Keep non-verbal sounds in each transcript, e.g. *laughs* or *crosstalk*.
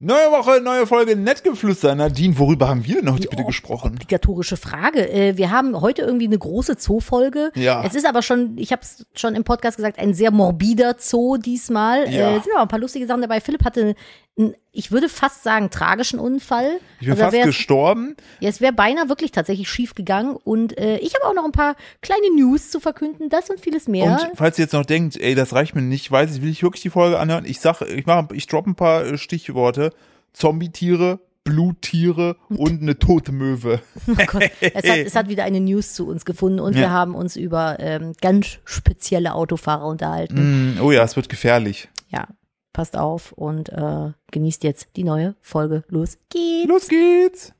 Neue Woche, neue Folge Nettgeflüster. Nadine, worüber haben wir denn heute bitte gesprochen? Obligatorische Frage. Äh, Wir haben heute irgendwie eine große Zoo-Folge. Ja. Es ist aber schon, ich habe es schon im Podcast gesagt, ein sehr morbider Zoo diesmal. Ja. Äh, Es sind aber ein paar lustige Sachen dabei. Philipp hatte, einen, ich würde fast sagen, tragischen Unfall. Ich bin Also da fast wär's- gestorben. ja, es wäre beinahe wirklich tatsächlich schief gegangen. Und äh, ich habe auch noch ein paar kleine News zu verkünden, das und vieles mehr. Und falls ihr jetzt noch denkt, ey, das reicht mir nicht, weiß ich, will ich wirklich die Folge anhören? Ich sag, ich mach, ich droppe ein paar äh, Stichworte. Zombie-Tiere, Bluttiere und eine tote Möwe. Oh Gott, es, hat, es hat wieder eine News zu uns gefunden und Ja. wir haben uns über ähm, ganz spezielle Autofahrer unterhalten. Mm, oh ja, es wird gefährlich. Ja, passt auf und äh, genießt jetzt die neue Folge. Los geht's. Los geht's!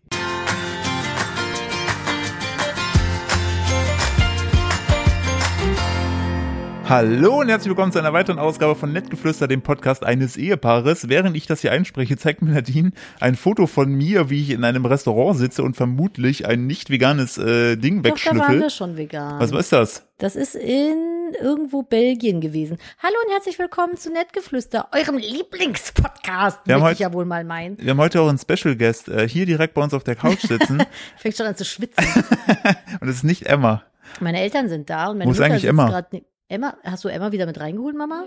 Hallo und herzlich willkommen zu einer weiteren Ausgabe von Nettgeflüster, dem Podcast eines Ehepaares. Während ich das hier einspreche, zeigt mir Nadine ein Foto von mir, wie ich in einem Restaurant sitze und vermutlich ein nicht veganes äh, Ding Doch, da waren wir wegschnüffel. schon vegan. Was ist das? Das ist in irgendwo Belgien gewesen. Hallo und herzlich willkommen zu Nettgeflüster, eurem Lieblingspodcast, Wir haben möchte ich heute- ja wohl mal meinen. Wir haben heute auch einen Special Guest äh, hier direkt bei uns auf der Couch *laughs* sitzen Fängt schon an zu schwitzen. und es ist nicht Emma. Meine Eltern sind da und meine Wo ist Mutter eigentlich sitzt Emma? grad ne Emma, hast du Emma wieder mit reingeholt, Mama?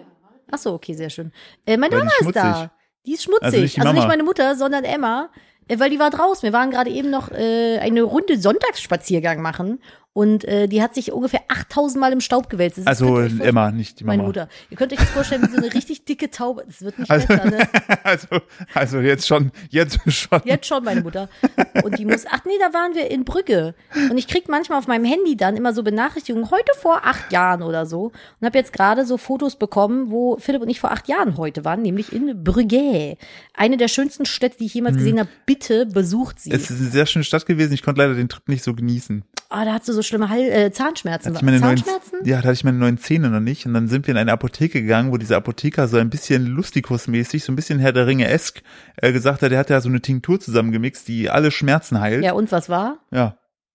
Ach so, okay, sehr schön. Äh, Weil meine die Mama ist schmutzig. da. Die ist schmutzig. Also nicht die Mama. meine Mutter, sondern Emma, äh, weil die war draußen. Wir waren gerade eben noch äh, eine Runde Sonntagsspaziergang machen und äh, die hat sich ungefähr 8000 Mal im Staub gewälzt. Das ist- Also könnt ihr euch vorstellen- Emma, nicht die Mama. Meine Mutter. Ihr könnt euch das vorstellen, wie so eine richtig dicke Taube. Das wird nicht Also- besser, ne? *laughs* Also, also jetzt schon, jetzt schon. Jetzt schon meine Mutter. Und die muss, ach nee, da waren wir in Brügge. Und ich krieg manchmal auf meinem Handy dann immer so Benachrichtigungen, heute vor acht Jahren oder so. Und habe jetzt gerade so Fotos bekommen, wo Philipp und ich vor acht Jahren heute waren, nämlich in Brügge. Eine der schönsten Städte, die ich jemals gesehen habe. Bitte besucht sie. Hm. Es ist eine sehr schöne Stadt gewesen. Ich konnte leider den Trip nicht so genießen. Ah, da hast du so schlimme Hall äh, Zahnschmerzen. Hatte ich meine neuen, Zahnschmerzen? ja, da hatte ich meine neuen Zähne noch nicht. Und dann sind wir in eine Apotheke gegangen, wo dieser Apotheker so ein bisschen Lustikus-mäßig, so ein bisschen Herr der Ringe-esk äh, gesagt hat, der hat ja so eine Tinktur zusammengemixt, die alle Schmerzen heilt. Ja, Ja, Mhm. und was war?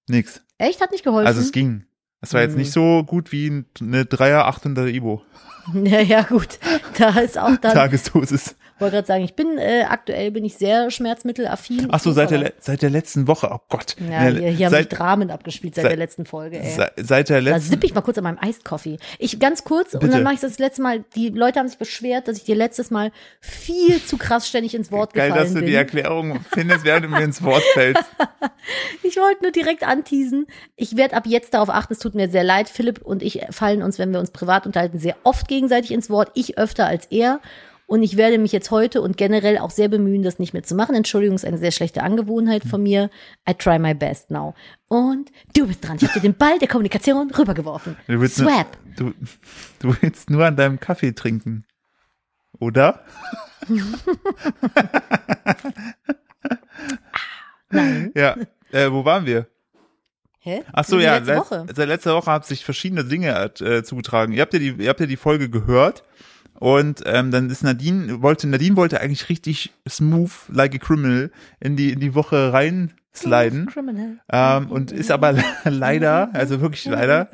nix. Echt, hat nicht geholfen. Also es ging. Es war jetzt Hm. nicht so gut wie ein- eine 3er 800 Ibo. *laughs* ja, ja, gut. Da ist auch *laughs* dann, Tagesdosis. wollte gerade sagen, ich bin äh, aktuell bin ich sehr schmerzmittelaffin. Ach so, seit der, le- seit der letzten Woche. Oh Gott. Ja, In hier, der- hier haben sich seit, Dramen abgespielt seit, seit- der letzten Folge, ey. se- seit der da letzten sippe ich mal kurz an meinem Eiskoffee. Ich ganz kurz und Bitte. dann mache ich das letzte Mal. Die Leute haben sich beschwert, dass ich dir letztes Mal viel zu krass ständig ins Wort Geil, gefallen dass du bin. die Erklärung findest, während du mir ins *laughs* Wort fällst. Ich wollte nur direkt anteasen. Ich werde ab jetzt darauf achten, es tut mir sehr leid. Philipp und ich fallen uns, wenn wir uns privat unterhalten, sehr oft gegenseitig ins Wort. Ich öfter als er. Und ich werde mich jetzt heute und generell auch sehr bemühen, das nicht mehr zu machen. Entschuldigung, ist eine sehr schlechte Angewohnheit von mir. I try my best now. Und du bist dran. Ich habe dir den Ball der Kommunikation rübergeworfen. Du willst, nur, Swap. du, du willst nur an deinem Kaffee trinken. Oder? Nein. Ja. Äh, wo waren wir? Hä? Ach so, Die ja, letzte letz- Woche. seit letzter Woche haben sich verschiedene Dinge äh, zugetragen. Ihr habt ja die, ihr habt ja die Folge gehört und ähm, dann ist Nadine wollte Nadine wollte eigentlich richtig smooth like a criminal in die in die Woche reinsliden Criminal. ähm, und ist aber le- *laughs* leider, also wirklich *laughs* leider,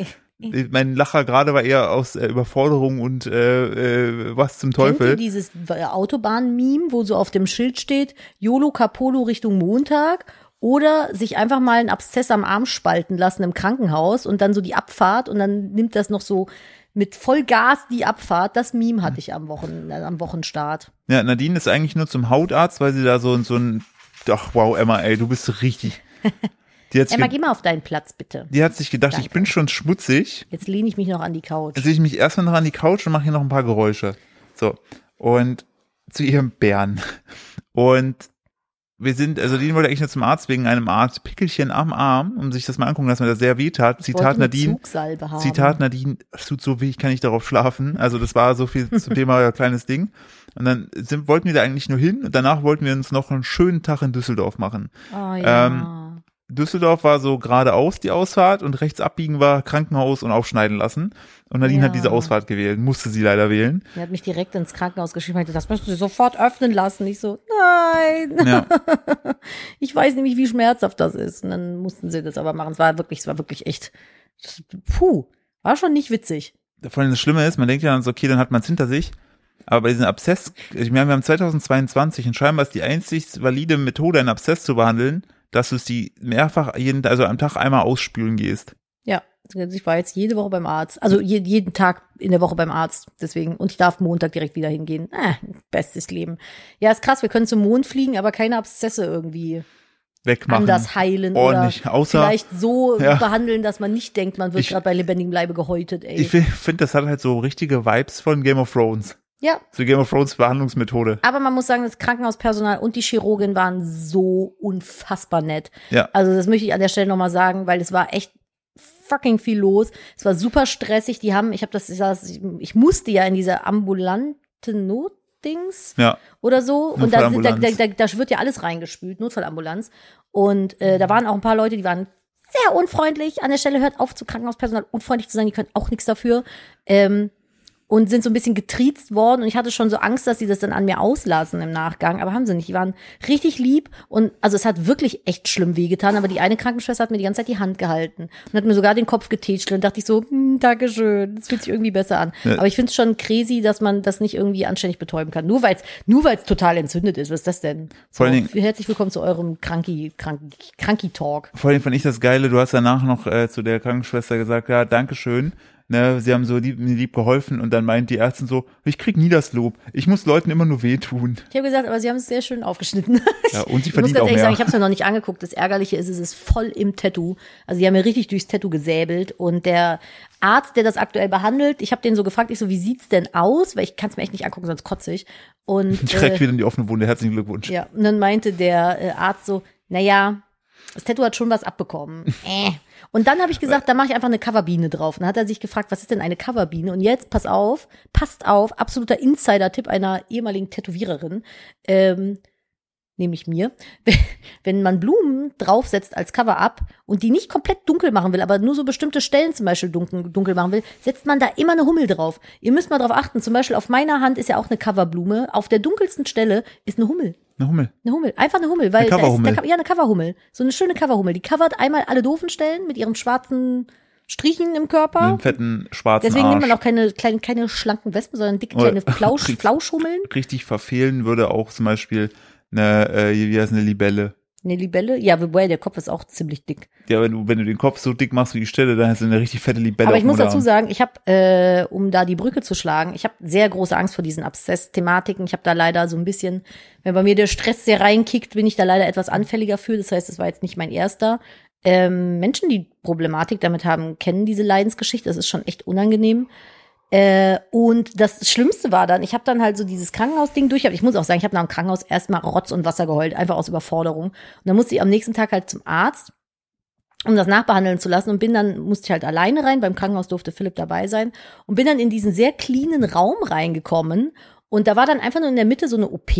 mein Lacher gerade war eher aus äh, Überforderung und äh, äh, was zum Kennt ihr Teufel. dieses Autobahn-Meme, wo so auf dem Schild steht, YOLO Capolo Richtung Montag? Oder sich einfach mal einen Abszess am Arm spalten lassen im Krankenhaus und dann so die Abfahrt und dann nimmt das noch so mit Vollgas die Abfahrt. Das Meme hatte ich am, Wochen, äh, am Wochenstart. Ja, Nadine ist eigentlich nur zum Hautarzt, weil sie da so, so ein, ach wow, Emma, ey, du bist *laughs* richtig. Die hat sich, Emma, ge geh mal auf deinen Platz, bitte. die hat sich gedacht, ich Danke. bin schon schmutzig. Jetzt lehne ich mich noch an die Couch. Jetzt lege ich mich erstmal noch an die Couch und mache hier noch ein paar Geräusche. So. Und zu ihrem Bären. Und wir sind, also Nadine wollte eigentlich nur zum Arzt wegen einem Art Pickelchen am Arm, um sich das mal angucken, dass mir das sehr weh tat. Ich wollte Zitat eine Nadine. Zugsalbe haben. Zitat Nadine, es tut so weh, ich kann nicht darauf schlafen. Also das war so viel *laughs* zum Thema ja, kleines Ding. Und dann sind, wollten wir da eigentlich nur hin und danach wollten wir uns noch einen schönen Tag in Düsseldorf machen. Ah, ja. ähm, Düsseldorf war so geradeaus die Ausfahrt und rechts abbiegen war Krankenhaus und aufschneiden lassen. Und Nadine Ja. hat diese Ausfahrt gewählt, musste sie leider *laughs* wählen. Er hat mich direkt ins Krankenhaus geschrieben, meinte, das müssen Sie sofort öffnen lassen. Ich so, nein, Ja, ich weiß nämlich, wie schmerzhaft das ist. Und dann mussten sie das aber machen. Es war wirklich, es war wirklich echt, puh, war schon nicht witzig. vor allem das Schlimme ist, man denkt ja dann so, okay, dann hat man es hinter sich. Aber bei diesen Abszess, ich meine, wir haben 2022 und scheinbar ist die einzig valide Methode, einen Abszess zu behandeln, dass du es die mehrfach jeden, also am Tag einmal ausspülen gehst. Ja, also ich war jetzt jede Woche beim Arzt. Also je, jeden Tag in der Woche beim Arzt. Deswegen. Und ich darf Montag direkt wieder hingehen. Ah, bestes Leben. Ja, ist krass. Wir können zum Mond fliegen, aber keine Abszesse irgendwie Wegmachen. anders heilen Ordentlich. oder Außer- vielleicht so Oh, Ja. behandeln, dass man nicht denkt, man wird Ich- gerade bei lebendigem Leibe gehäutet, ey. Ich finde, das hat halt so richtige Vibes von Game of Thrones. ja, So Game of Thrones Behandlungsmethode. aber man muss sagen, das Krankenhauspersonal und die Chirurgin waren so unfassbar nett. Ja. Also das möchte ich an der Stelle nochmal sagen, weil es war echt fucking viel los. Es war super stressig. Die haben, ich habe das, ich, saß, ich musste ja in diese ambulante Notdings Ja. oder so. Und da, sind- da, da, Notfallambulanz. da, da wird ja alles reingespült, Notfallambulanz. Und äh, da waren auch ein paar Leute, die waren sehr unfreundlich. An der Stelle hört auf, zu Krankenhauspersonal unfreundlich zu sein. Die können auch nichts dafür. Ähm, und sind so ein bisschen getriezt worden. Und ich hatte schon so Angst, dass sie das dann an mir auslassen im Nachgang. Aber haben sie nicht. Die waren richtig lieb. Und also es hat wirklich echt schlimm wehgetan. Aber die eine Krankenschwester hat mir die ganze Zeit die Hand gehalten und hat mir sogar den Kopf getätschelt. Und dachte ich so, hm, Dankeschön. Das fühlt sich irgendwie besser an. Ja. Aber ich finde es schon crazy, dass man das nicht irgendwie anständig betäuben kann. Nur weil es nur weil's total entzündet ist. Was ist das denn? Vor allen so, Dingen- Herzlich willkommen zu eurem Kranki, Kranki, Kranki Talk. Vor allem fand ich das Geile, du hast danach noch äh, zu der Krankenschwester gesagt, ja, Dankeschön. Ne, sie haben so lieb, mir lieb geholfen und dann meint die Ärztin so, ich krieg nie das Lob. Ich muss Leuten immer nur wehtun. *laughs* Ich habe gesagt, aber sie haben es sehr schön aufgeschnitten. Ja, und sie ich muss verdient auch ganz ehrlich mehr. sagen, ich habe es mir noch nicht angeguckt. Das Ärgerliche ist, es ist voll im Tattoo. Also die haben mir richtig durchs Tattoo gesäbelt. Und der Arzt, der das aktuell behandelt, ich habe den so gefragt, ich so, wie sieht's denn aus? Weil ich kann es mir echt nicht angucken, sonst kotze ich. Und *laughs* Direkt äh, wieder in die offene Wunde. Herzlichen Glückwunsch. ja, und dann meinte der äh, Arzt so, naja, das Tattoo hat schon was abbekommen. Äh. Und dann habe ich gesagt, da mache ich einfach eine Coverbiene drauf. Und dann hat er sich gefragt, was ist denn eine Coverbiene? Und jetzt, pass auf, passt auf, absoluter Insider-Tipp einer ehemaligen Tätowiererin, ähm, nämlich mir. *laughs* Wenn man Blumen draufsetzt als Cover-up und die nicht komplett dunkel machen will, aber nur so bestimmte Stellen zum Beispiel dunkel, dunkel machen will, setzt man da immer eine Hummel drauf. Ihr müsst mal drauf achten, zum Beispiel auf meiner Hand ist ja auch eine Coverblume. Auf der dunkelsten Stelle ist eine Hummel. Eine Hummel. Eine Hummel, einfach eine Hummel, weil Eine da ist, Coverhummel. da, kann- ja eine Coverhummel, so eine schöne Coverhummel, die covert einmal alle doofen Stellen mit ihren schwarzen Strichen im Mit Körper. einem fetten schwarzen Deswegen Arsch. nimmt man auch keine kleinen, keine schlanken Wespen, sondern dicke Oder- kleine *laughs* Flausch, Kriegst- Flauschhummeln. Richtig verfehlen würde auch zum Beispiel eine, äh, wie heißt eine Libelle. Eine Libelle. Ja, wobei der Kopf ist auch ziemlich dick. Ja, wenn du, wenn du den Kopf so dick machst wie die Stelle, dann hast du eine richtig fette Libelle. Aber auf ich dem muss dazu Unterarm. sagen, ich habe, äh, um da die Brücke zu schlagen, ich habe sehr große Angst vor diesen Abszess-Thematiken. Ich habe da leider so ein bisschen, wenn bei mir der Stress sehr reinkickt, bin ich da leider etwas anfälliger für. Das heißt, es war jetzt nicht mein erster. Ähm, Menschen, die Problematik damit haben, kennen diese Leidensgeschichte. Das ist schon echt unangenehm. Äh, und das Schlimmste war dann, ich habe dann halt so dieses Krankenhausding durch. Ich muss auch sagen, ich habe nach dem Krankenhaus erstmal Rotz und Wasser geheult, einfach aus Überforderung. Und dann musste ich am nächsten Tag halt zum Arzt um das nachbehandeln zu lassen und bin dann, musste ich halt alleine rein, beim Krankenhaus durfte Philipp dabei sein und bin dann in diesen sehr cleanen Raum reingekommen und da war dann einfach nur in der Mitte so eine OP,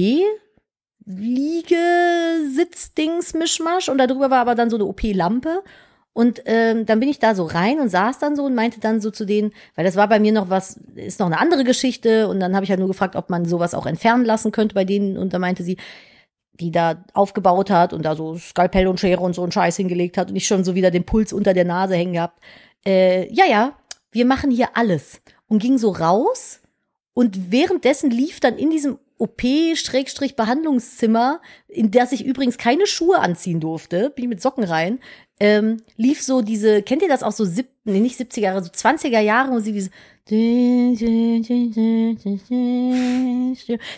Liege, Sitzdings, Mischmasch und darüber war aber dann so eine OP-Lampe und ähm, dann bin ich da so rein und saß dann so und meinte dann so zu denen, weil das war bei mir noch was, ist noch eine andere Geschichte und dann habe ich halt nur gefragt, ob man sowas auch entfernen lassen könnte bei denen und da meinte sie, die da aufgebaut hat und da so Skalpell und Schere und so einen Scheiß hingelegt hat und ich schon so wieder den Puls unter der Nase hängen gehabt. Äh, ja, ja, wir machen hier alles. Und ging so raus und währenddessen lief dann in diesem OP-Behandlungszimmer, in das ich übrigens keine Schuhe anziehen durfte, bin ich mit Socken rein, ähm, lief so diese, kennt ihr das auch so siebten, nee, nicht 70er Jahre, so 20er Jahre Musik, diese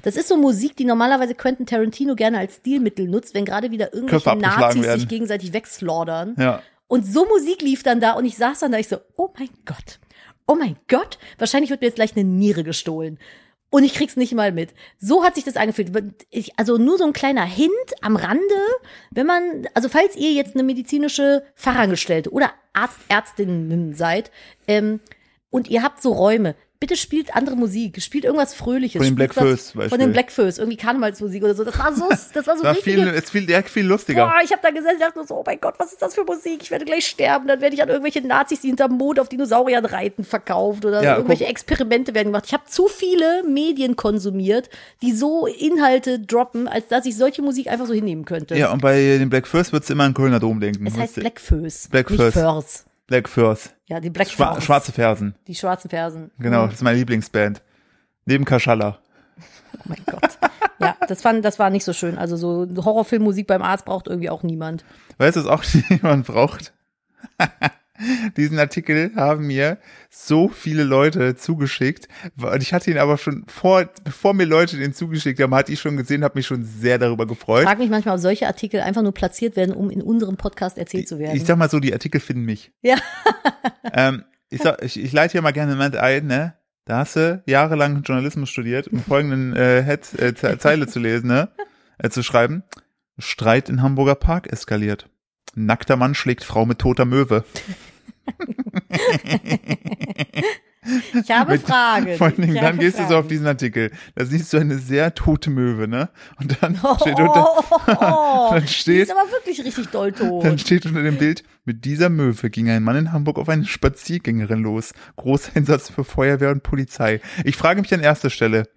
das ist so Musik, die normalerweise Quentin Tarantino gerne als Stilmittel nutzt, wenn gerade wieder irgendwelche Köpfe abgeschlagen Nazis sich werden. gegenseitig wegslaudern. Ja. Und so Musik lief dann da und ich saß dann da, ich so, oh mein Gott, oh mein Gott, wahrscheinlich wird mir jetzt gleich eine Niere gestohlen. Und ich krieg's nicht mal mit. So hat sich das angefühlt. Ich, also nur so ein kleiner Hint am Rande, wenn man, also falls ihr jetzt eine medizinische Fachangestellte oder Arzt, Ärztinnen seid, ähm, und ihr habt so Räume, bitte spielt andere Musik, spielt irgendwas Fröhliches. Von den spielt Black was- Fues zum Von den Beispiel. Black Fues, irgendwie Karnevalsmusik oder so. Das war *laughs* so, das war so War viel, richtige ist viel, direkt viel lustiger. Boah, ich habe da gesessen und dachte nur so, oh mein Gott, was ist das für Musik? Ich werde gleich sterben. Dann werde ich an irgendwelche Nazis, die hinterm Mond auf Dinosauriern reiten, verkauft oder Ja, irgendwelche guck. Experimente werden gemacht. Ich habe zu viele Medien konsumiert, die so Inhalte droppen, als dass ich solche Musik einfach so hinnehmen könnte. Ja, und bei den Black First würdest du immer an Kölner Dom denken. es heißt Musst- Black Fös, Black nicht Fös. Förs. Black First. Ja, die Black Schwa Förs. Schwarze Fersen. Die schwarzen Fersen. Genau, das ist meine Lieblingsband. Neben Kaschalla. Oh mein Gott. Ja, das, fand, das war nicht so schön. Also so Horrorfilmmusik beim Arzt braucht irgendwie auch niemand. Weißt du, was auch *laughs* niemand braucht? *laughs* Diesen Artikel haben mir so viele Leute zugeschickt. Und Ich hatte ihn aber schon vor, bevor mir Leute den zugeschickt haben, hatte ich schon gesehen, habe mich schon sehr darüber gefreut. Frag mich manchmal, ob solche Artikel einfach nur platziert werden, um in unserem Podcast erzählt zu werden. Ich sag mal so, die Artikel finden mich. Ja. *laughs* ähm, ich, sag, ich, ich leite hier mal gerne jemand ein, ne? Da hast du jahrelang Journalismus studiert, um folgenden äh, Head, äh, Ze- Zeile zu lesen, ne? Äh, zu schreiben. Streit in Hamburger Park eskaliert. Nackter Mann schlägt Frau mit toter Möwe. ich habe Mit- Fragen. *laughs* Vor allen Dingen, ich dann habe gehst du so auf Fragen. diesen Artikel. Da siehst du eine sehr tote Möwe, ne? Und dann *laughs* steht *laughs* Oh, unter, oh, oh, oh. Dann steht- Die ist aber wirklich richtig doll *laughs* tot. Dann steht unter dem Bild, mit dieser Möwe ging ein Mann in Hamburg auf eine Spaziergängerin los. Großeinsatz für Feuerwehr und Polizei. Ich frage mich an erster Stelle,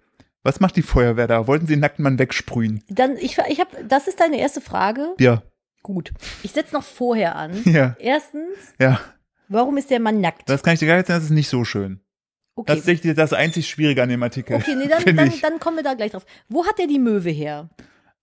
was macht die Feuerwehr da? Wollten sie den nackten Mann wegsprühen? Dann, ich, ich habe, das ist deine erste Frage. Ja, Gut. Ich setze noch vorher an. ja, Erstens, ja. warum ist der Mann nackt? Das kann ich dir gar nicht sagen, das ist nicht so schön. Das Okay. ist tatsächlich das einzig Schwierige an dem Artikel. Okay, nee, dann, finde dann, ich. dann kommen wir da gleich drauf. Wo hat der die Möwe her?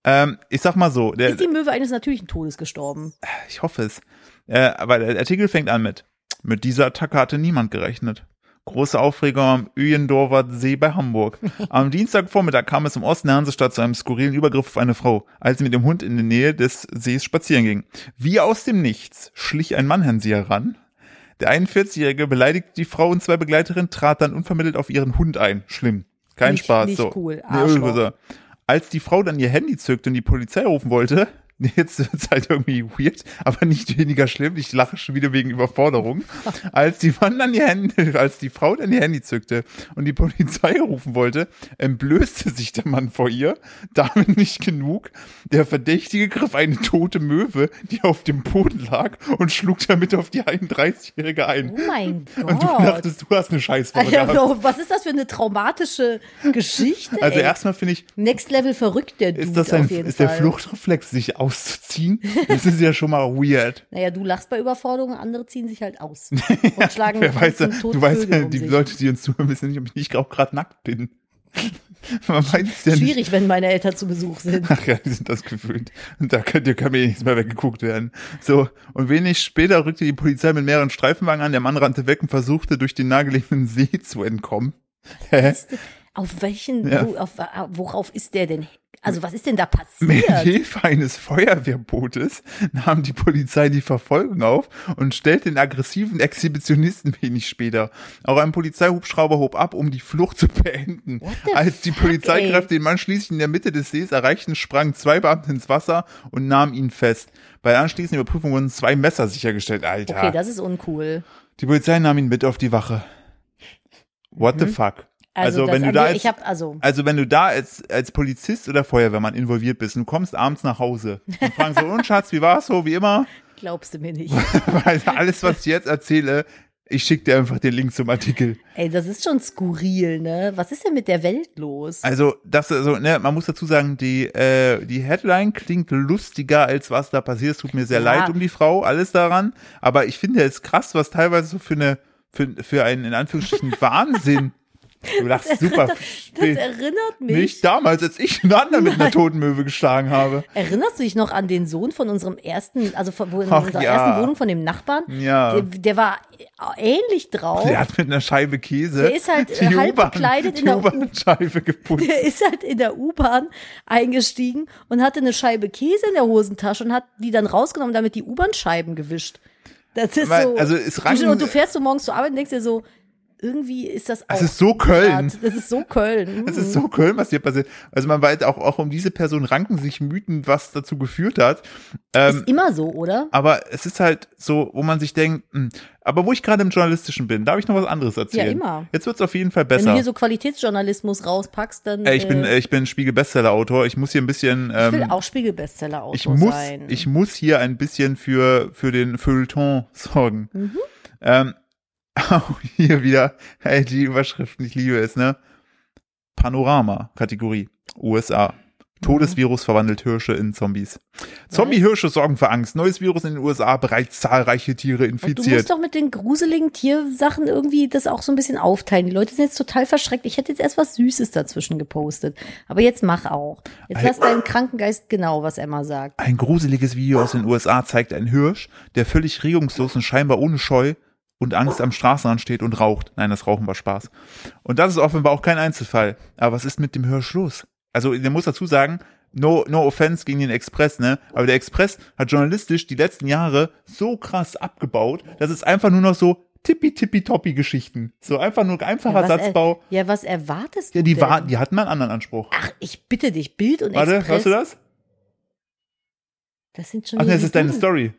Ähm, ich sag mal so, der, Ist die Möwe eines natürlichen Todes gestorben? ich hoffe es. Äh, aber der Artikel fängt an mit, mit dieser Attacke hatte niemand gerechnet. Große Aufregung am Uyendorfer See bei *laughs* Hamburg. Am Dienstagvormittag kam es im Osten der Hansestadt zu einem skurrilen Übergriff auf eine Frau, als sie mit dem Hund in der Nähe des Sees spazieren ging. Wie aus dem Nichts schlich ein Mann an sie heran. Der 41-Jährige beleidigte die Frau und zwei Begleiterinnen, trat dann unvermittelt auf ihren Hund ein. Schlimm. Kein Nicht- Spaß. nicht so. cool. Nee, Arschloch. so. Als die Frau dann ihr Handy zückte und die Polizei rufen wollte, *laughs* jetzt wird's halt irgendwie weird, aber nicht weniger schlimm, ich lache schon wieder wegen *laughs* Überforderung, als die, Mann dann ihr Handy, *laughs* als die Frau dann ihr Handy zückte und die Polizei rufen wollte, entblößte sich der Mann vor ihr. Damit nicht genug, der Verdächtige griff eine tote Möwe, die auf dem Boden lag und schlug damit auf die 31-Jährige ein. Oh mein *laughs* Und du *laughs* Gott. dachtest, du hast eine Scheißwoche gehabt. Also, was ist das für eine traumatische Geschichte? Also ey? erstmal finde ich, Next Level verrückt der Dude Ist das ein, auf jeden ist Fall. der Fluchtreflex, sich auszuziehen? Das ist ja schon mal weird. Naja, du lachst bei Überforderungen, andere ziehen sich *laughs* halt aus und schlagen Wer weiß, ganzen toten du weißt Oh, Vögel ja, um die sich. Leute, die uns zuhören, wissen nicht, ob ich nicht auch gerade nackt bin. *laughs* Man weiß es ja nicht. Schwierig, wenn meine Eltern zu Besuch *laughs* sind. Ach ja, die sind das gewöhnt. Und da könnt ihr, kann mir nichts mehr weggeguckt werden. So, und wenig später rückte die Polizei mit mehreren Streifenwagen an. Der Mann rannte weg und versuchte, durch den nahegelegenen See zu entkommen. Hä? Auf welchen, Ja. wo, auf, worauf ist der denn? Also was ist denn da passiert? Mit *laughs* Hilfe eines Feuerwehrbootes nahm die Polizei die Verfolgung auf und stellte den aggressiven Exhibitionisten wenig später. Auch ein Polizeihubschrauber hob ab, um die Flucht zu beenden. the Als die fuck, Polizeikräfte den Mann schließlich in der Mitte des Sees erreichten, sprangen zwei Beamte ins Wasser und nahmen ihn fest. Bei der anschließenden Überprüfung wurden zwei Messer sichergestellt. Alter. Okay, das ist uncool. die Polizei nahm ihn mit auf die Wache. What the fuck? Also, Also, das, wenn du da also als, ich habe also also wenn du da als, als Polizist oder Feuerwehrmann involviert bist und du kommst abends nach Hause und fragst so, und Schatz, wie war's so, wie immer? *laughs* glaubst du mir nicht. Weil alles, was ich jetzt erzähle, ich schicke dir einfach den Link zum Artikel. Ey, das ist schon skurril, ne? Was ist denn mit der Welt los? Also, das, also, ne, man muss dazu sagen, die, äh, die Headline klingt lustiger, als was da passiert. Es tut mir sehr Ja. leid um die Frau, alles daran. Aber ich finde es krass, was teilweise so für eine, für, für einen, in *laughs* Anführungsstrichen, Wahnsinn. Du lachst super. Das erinnert mich. Nicht damals, als ich einen anderen mit einer toten Möwe geschlagen habe. Erinnerst du dich noch an den Sohn von unserem ersten, also von wo in Ach, unserer ja. ersten Wohnung von dem Nachbarn? Ja. Der, der war ähnlich drauf. Der hat mit einer Scheibe Käse. Oh. Der ist halt, äh, halb U-Bahn- bekleidet die in der U- U-Bahn-Scheibe *laughs* geputzt. Der ist halt in der U-Bahn eingestiegen und hatte eine Scheibe Käse in der Hosentasche und hat die dann rausgenommen und damit die U-Bahn-Scheiben gewischt. Das ist Weil- so. also es du, rangen- und du fährst so morgens zur Arbeit und denkst dir so, irgendwie ist das auch. Das ist so Köln. Das ist so *laughs* Köln. Mm. Das ist so Köln, was hier passiert. Also man weiß auch, auch um diese Person ranken sich Mythen, was dazu geführt hat. Ähm, ist immer so, oder? aber es ist halt so, wo man sich denkt, hm, aber wo ich gerade im Journalistischen bin, darf ich noch was anderes erzählen? Ja, immer. Jetzt wird's auf jeden Fall Wenn du besser. hier so Qualitätsjournalismus rauspackst, dann. Ey, ich bin, äh, äh, ich bin Spiegel-Bestseller-Autor. Ich muss hier ein bisschen, ich will ähm, auch Spiegelbestseller autor ich muss, sein. ich muss hier ein bisschen für, für den Feuilleton sorgen. Mhm. Ähm, *laughs* auch hier wieder, hey, die Überschriften, ich liebe es, ne? Panorama-Kategorie, USA. Todesvirus verwandelt Hirsche in Zombies. Zombie-Hirsche sorgen für Angst. Neues Virus in den USA bereits zahlreiche Tiere Und du musst infiziert. doch mit den gruseligen Tiersachen irgendwie das auch so ein bisschen aufteilen. Die Leute sind jetzt total verschreckt. Ich hätte jetzt erst was Süßes dazwischen gepostet. Aber jetzt mach auch. Jetzt Al- lass deinen Krankengeist genau, was Emma sagt. Ein gruseliges Video aus den USA zeigt einen Hirsch, der völlig regungslos und scheinbar ohne Scheu und Angst am Straßenrand steht und raucht. Nein, das Rauchen war Spaß. Und das ist offenbar auch kein Einzelfall. Aber was ist mit dem Hirsch los? Also, der muss dazu sagen, no, no offense gegen den Express, ne? Aber der Express hat journalistisch die letzten Jahre so krass abgebaut, dass es einfach nur noch so tippi-tippi-toppi-Geschichten. So einfach nur einfacher was äh, er- Satzbau. ja, was erwartest Ja, du? die, denn? war, die hatten mal einen anderen Anspruch. Ach, ich bitte dich, Bild und Warte, Express. hörst du das? Das sind schon Ach nee, wieder das die ist deine Bilder. Story.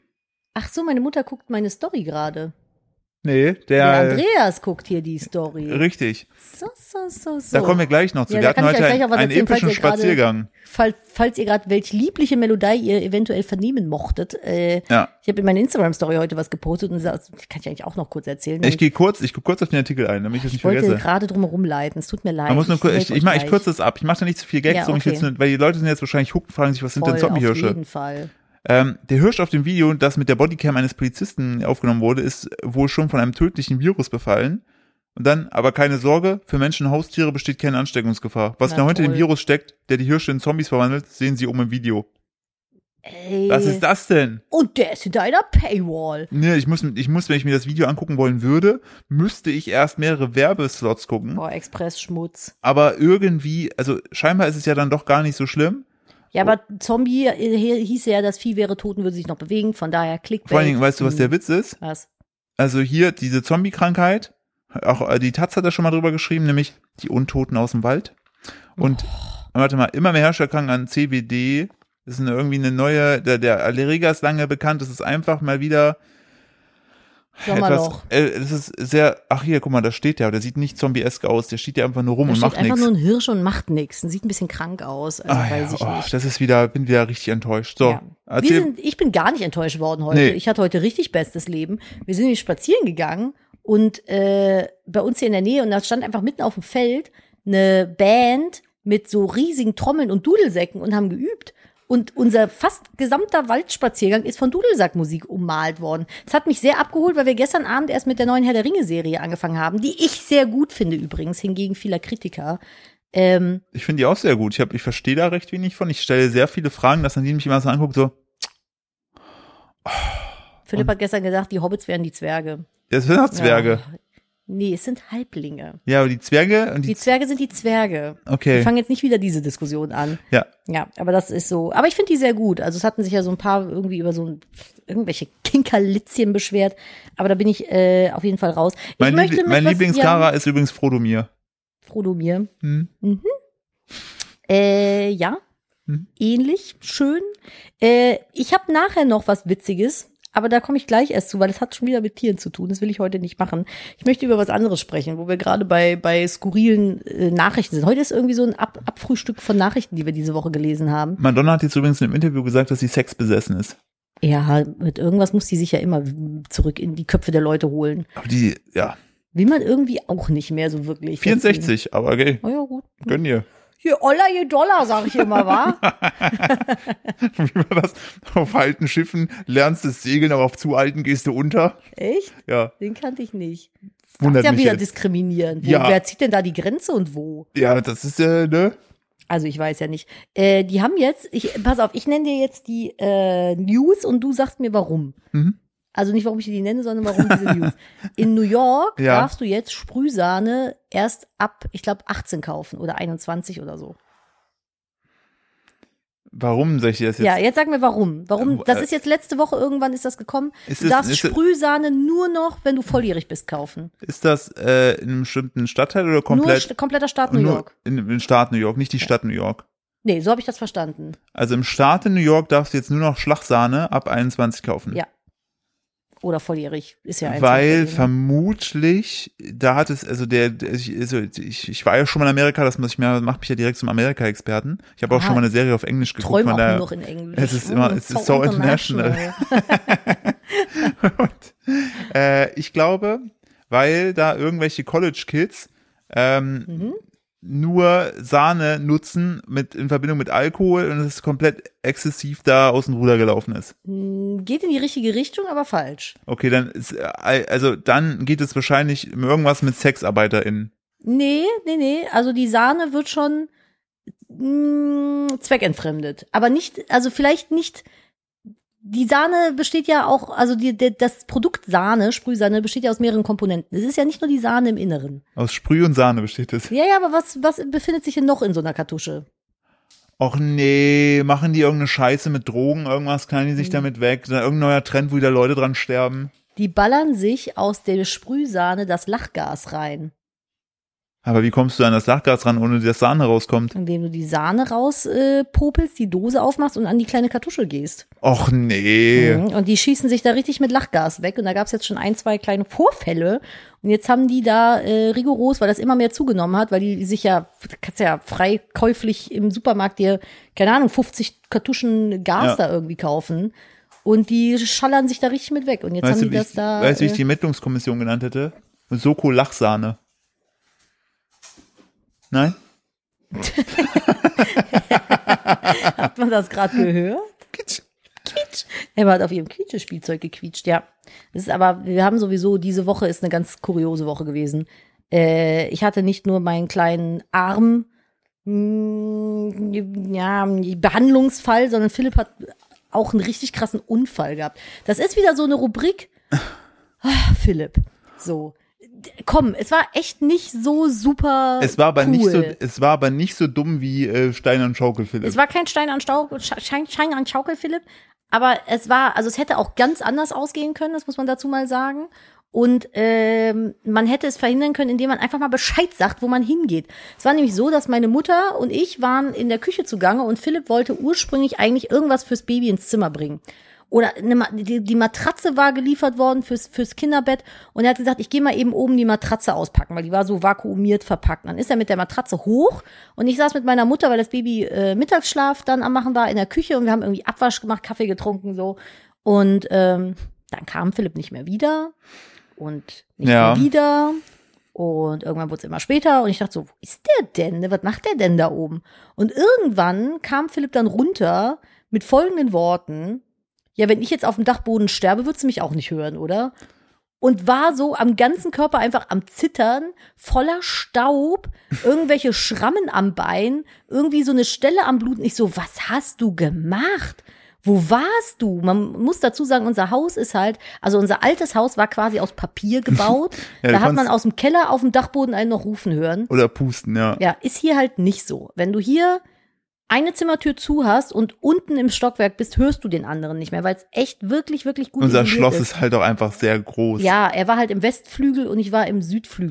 Ach so, meine Mutter guckt meine Story gerade. Nee, Der der. Andreas guckt hier die Story. Richtig. So, so, so, so. Da kommen wir gleich noch zu. Ja, wir da hatten kann ich heute euch gleich einen, auch was einen erzählen, falls epischen ihr gerade- Spaziergang. falls, falls ihr gerade welch liebliche Melodie ihr eventuell vernehmen mochtet. Äh, Ja. Ich habe in meiner Instagram-Story heute was gepostet und das kann ich eigentlich auch noch kurz erzählen. Ich gehe kurz, ich gucke kurz auf den Artikel ein, damit ich das ich nicht wollte vergesse. gerade drum herumleiten. Es tut mir leid. Man muss nur kurz, helf ich, euch ich, mach, ich gleich. kürze das ab. Ich mache da nicht zu viel Gags, Ja, sondern ich okay. jetzt nur- weil die Leute sind jetzt wahrscheinlich hooked, fragen sich, was sind denn Voll, Auf Zombiehirsche? jeden Fall. Ähm, der Hirsch auf dem Video, das mit der Bodycam eines Polizisten aufgenommen wurde, ist wohl schon von einem tödlichen Virus befallen. Und dann, aber keine Sorge, für Menschen und Haustiere besteht keine Ansteckungsgefahr. Was Na da heute im toll. Virus steckt, der die Hirsche in Zombies verwandelt, sehen sie um im Video. Ey. Was ist das denn? Und der ist hinter einer Paywall. Nee, ich muss, ich muss, wenn ich mir das Video angucken wollen würde, müsste ich erst mehrere Werbeslots gucken. Boah, Express-Schmutz. Aber irgendwie, also scheinbar ist es ja dann doch gar nicht so schlimm. Ja, aber Zombie äh, hieß ja, das Vieh wäre tot und würde sich noch bewegen. Von daher Clickbait. Vor allen Dingen, weißt du, was der Witz ist? Was? Also hier diese Zombie-Krankheit, auch äh, die Taz hat da schon mal drüber geschrieben, nämlich die Untoten aus dem Wald. Und warte mal, immer mehr Herrscher kranken an CBD. Das ist eine, irgendwie eine neue, der, der Allergiker ist lange bekannt, das ist einfach mal wieder Sommerloch. etwas, äh, das ist sehr, ach hier, guck mal, da steht der, der sieht nicht zombiesk aus, der steht ja einfach nur rum Da und steht macht einfach nichts. nur ein Hirsch und macht nichts. Und sieht ein bisschen krank aus. Also Ah, weiß ja, ich oh, nicht. das ist wieder, bin wieder richtig enttäuscht. So, Ja. Wir erzähl, sind, ich bin gar nicht enttäuscht worden heute. Nee. Ich hatte heute richtig bestes Leben. Wir sind nämlich spazieren gegangen und äh, bei uns hier in der Nähe und da stand einfach mitten auf dem Feld eine Band mit so riesigen Trommeln und Dudelsäcken und haben geübt. Und unser fast gesamter Waldspaziergang ist von Dudelsackmusik ummalt worden. Das hat mich sehr abgeholt, weil wir gestern Abend erst mit der neuen Herr der Ringe-Serie angefangen haben, die ich sehr gut finde übrigens, hingegen vieler Kritiker. Ähm, ich finde die auch sehr gut. Ich, hab, ich verstehe da recht wenig von. Ich stelle sehr viele Fragen, dass Nadine mich immer so anguckt, so, Philipp Und- hat gestern gesagt, die Hobbits wären die Zwerge. das sind doch Zwerge. Ja. Nee, es sind Halblinge. Ja, aber die Zwerge und die, Die Zwerge sind die Zwerge. Wir okay. fangen jetzt nicht wieder diese Diskussion an. Ja, Ja, aber das ist so. Aber ich finde die sehr gut. Also es hatten sich ja so ein paar irgendwie über so ein, irgendwelche Kinkerlitzchen beschwert. Aber da bin ich äh, auf jeden Fall raus. Ich mein, möchte Liebl mit mein was- Lieblingskara ist übrigens Frodo Mir. Ja, Frodo mir. Hm? Äh, ja, Mhm. ähnlich, schön. Äh, ich habe nachher noch was Witziges, aber da komme ich gleich erst zu, weil das hat schon wieder mit Tieren zu tun. Das will ich heute nicht machen. Ich möchte über was anderes sprechen, wo wir gerade bei, bei skurrilen äh, Nachrichten sind. Heute ist irgendwie so ein Ab Abfrühstück von Nachrichten, die wir diese Woche gelesen haben. Madonna hat jetzt übrigens in einem Interview gesagt, dass sie Sex besessen ist. Ja, mit irgendwas muss die sich ja immer zurück in die Köpfe der Leute holen. Aber die, ja, Will man irgendwie auch nicht mehr so wirklich. 64, aber okay, Oh ja, gut. gönn dir. *laughs* Je Oller, je Dollar, sag ich immer, wa? Wie war das? Auf alten Schiffen lernst du das Segeln, aber auf zu alten gehst du unter. Echt? Ja, Den kannte ich nicht. wundert das ist mich ja jetzt. wieder diskriminierend. Wo, Ja. Wer zieht denn da die Grenze und wo? Ja, das ist, äh, ne? Also ich weiß ja nicht. Äh, die haben jetzt, ich, pass auf, ich nenne dir jetzt die äh, News und du sagst mir warum. Mhm. Also nicht, warum ich die nenne, sondern warum diese *laughs* News. In New York Ja. darfst du jetzt Sprühsahne erst ab, ich glaube, 18 kaufen oder 21 oder so. Warum sag ich dir das jetzt? Ja, jetzt sag mir warum. Warum? Ähm, Das äh, ist jetzt letzte Woche irgendwann ist das gekommen. Ist Du das- darfst ist das- Sprühsahne nur noch, wenn du volljährig bist, kaufen. Ist das äh, in einem bestimmten Stadtteil oder Nur komplett? st- kompletter Staat New nur York. In, in Staat New York, nicht die Stadt New York. Nee, so habe ich das verstanden. Also im Staat in New York darfst du jetzt nur noch Schlagsahne ab 21 kaufen. Ja. Oder volljährig ist ja eins Weil von denen. vermutlich, da hat es, also der, der- ich, also ich, ich war ja schon mal in Amerika, das muss ich mir, macht mich ja direkt zum Amerika-Experten. Ich habe auch Ah. schon mal eine Serie auf Englisch geguckt. träume von auch daher- nur noch in Englisch. Es ist immer- Mm, es ist so international. äh, ich glaube, weil da irgendwelche College-Kids ähm, Mhm. nur Sahne nutzen mit, in Verbindung mit Alkohol und es komplett exzessiv da aus dem Ruder gelaufen ist. Hm, Geht in die richtige Richtung, aber falsch. Okay, dann ist, äh, also dann geht es wahrscheinlich um irgendwas mit SexarbeiterInnen. Nee, nee, nee. Also die Sahne wird schon mh, zweckentfremdet. Aber nicht, also vielleicht nicht. Die Sahne besteht ja auch, also die, der- das Produkt Sahne, Sprühsahne, besteht ja aus mehreren Komponenten. Es ist ja nicht nur die Sahne im Inneren. Aus Sprüh und Sahne besteht es. Ja, ja, aber was, was befindet sich denn noch in so einer Kartusche? Och nee, machen die irgendeine Scheiße mit Drogen, irgendwas knallen die sich damit weg, dann irgendein neuer Trend, wo wieder Leute dran sterben. Die ballern sich aus der Sprühsahne das Lachgas rein, Aber wie kommst du an das Lachgas ran, ohne dass Sahne rauskommt? indem du die Sahne rauspopelst, äh, popelst, die Dose aufmachst und an die kleine Kartusche gehst. Och nee. Mhm. Und die schießen sich da richtig mit Lachgas weg. Und da gab es jetzt schon ein, zwei kleine Vorfälle. Und jetzt haben die da äh, rigoros, weil das immer mehr zugenommen hat, weil die sich ja, du kannst ja frei käuflich im Supermarkt dir, keine Ahnung, 50 Kartuschen Gas Ja. da irgendwie kaufen. Und die schallern sich da richtig mit weg. Und jetzt Weißt haben du, die wie das ich, da. weißt du, wie ich äh, die Ermittlungskommission genannt hätte? Soko Lachsahne. Nein? Hat man das gerade gehört? Kitsch. Kitsch. Emma hat auf ihrem Quietschespielzeug gequietscht, ja. Das ist aber, wir haben sowieso, diese Woche ist eine ganz kuriose Woche gewesen. Äh, ich hatte nicht nur meinen kleinen Arm, mh, ja, Behandlungsfall, sondern Philipp hat auch einen richtig krassen Unfall gehabt. Das ist wieder so eine Rubrik. Ah, Philipp. So. D- Komm, es war echt nicht so super. Es war aber cool. nicht so, es war aber nicht so dumm wie äh, Stein und Schaukel, Philipp. Es war kein Stein an, Stau, Sch- Schein, Schein an Schaukel, Philipp. Aber es war, also es hätte auch ganz anders ausgehen können, das muss man dazu mal sagen. Und ähm, man hätte es verhindern können, indem man einfach mal Bescheid sagt, wo man hingeht. Es war nämlich so, dass meine Mutter und ich waren in der Küche zugange und Philipp wollte ursprünglich eigentlich irgendwas fürs Baby ins Zimmer bringen. Oder eine, Ma- die, die Matratze war geliefert worden fürs, fürs Kinderbett und er hat gesagt, ich gehe mal eben oben die Matratze auspacken, weil die war so vakuumiert verpackt. Dann ist er mit der Matratze hoch und ich saß mit meiner Mutter, weil das Baby äh, Mittagsschlaf dann am Machen war in der Küche und wir haben irgendwie Abwasch gemacht, Kaffee getrunken so. Und ähm, dann kam Philipp nicht mehr wieder und nicht Ja. mehr wieder. Und irgendwann wurde es immer später und ich dachte so, wo ist der denn? ne? Was macht der denn da oben? Und irgendwann kam Philipp dann runter mit folgenden Worten. Ja, wenn ich jetzt auf dem Dachboden sterbe, würdest du mich auch nicht hören, oder? Und war so am ganzen Körper einfach am Zittern, voller Staub, irgendwelche Schrammen am Bein, irgendwie so eine Stelle am Blut. Nicht so, was hast du gemacht? Wo warst du? Man muss dazu sagen, unser Haus ist halt, also unser altes Haus war quasi *laughs* aus Papier gebaut. Ja, du da hat man kannst- aus dem Keller auf dem Dachboden einen noch rufen hören. Oder Pusten, ja. Ja, ist hier halt nicht so. Wenn du hier eine Zimmertür zu hast und unten im Stockwerk bist, hörst du den anderen nicht mehr, weil es echt wirklich, wirklich gut Unser isoliert Schloss ist halt auch einfach sehr groß. Ja, er war halt im Westflügel und ich war im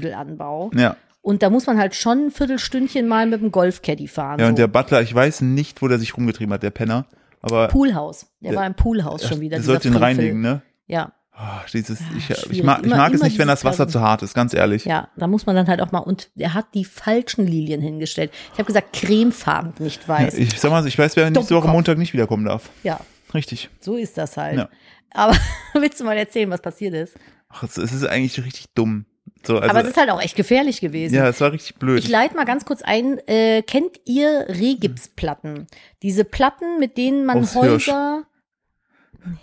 Südflügelanbau. Ja. Und da muss man halt schon ein Viertelstündchen mal mit dem Golfcaddy fahren. Ja, und so. der Butler, ich weiß nicht, wo der sich rumgetrieben hat, der Penner. Aber Poolhaus. Der Ja. war im Poolhaus schon wieder. das dieser sollte ihn Frevel. reinlegen, ne? Ja, Ah, dieses, ich, ich schwierig. mag, ich Immer- mag es immer nicht, wenn dieses das Wasser Treffen. zu hart ist, ganz ehrlich. ja, da muss man dann halt auch mal. Und er hat die falschen Lilien hingestellt. Ich habe gesagt, cremefarben, nicht weiß. Ja, Ich sag mal, so, ich weiß, wer nächste Woche Doppelkopf. Montag nicht wiederkommen darf. ja, Richtig. so ist das halt. Ja. Aber *laughs* willst du mal erzählen, was passiert ist? Ach, es es ist eigentlich richtig dumm. So, also, Aber es ist halt auch echt gefährlich gewesen. ja, es war richtig blöd. Ich leite mal ganz kurz ein. Äh, kennt ihr Regipsplatten? Diese Platten, mit denen man Aus Hirsch. Häuser,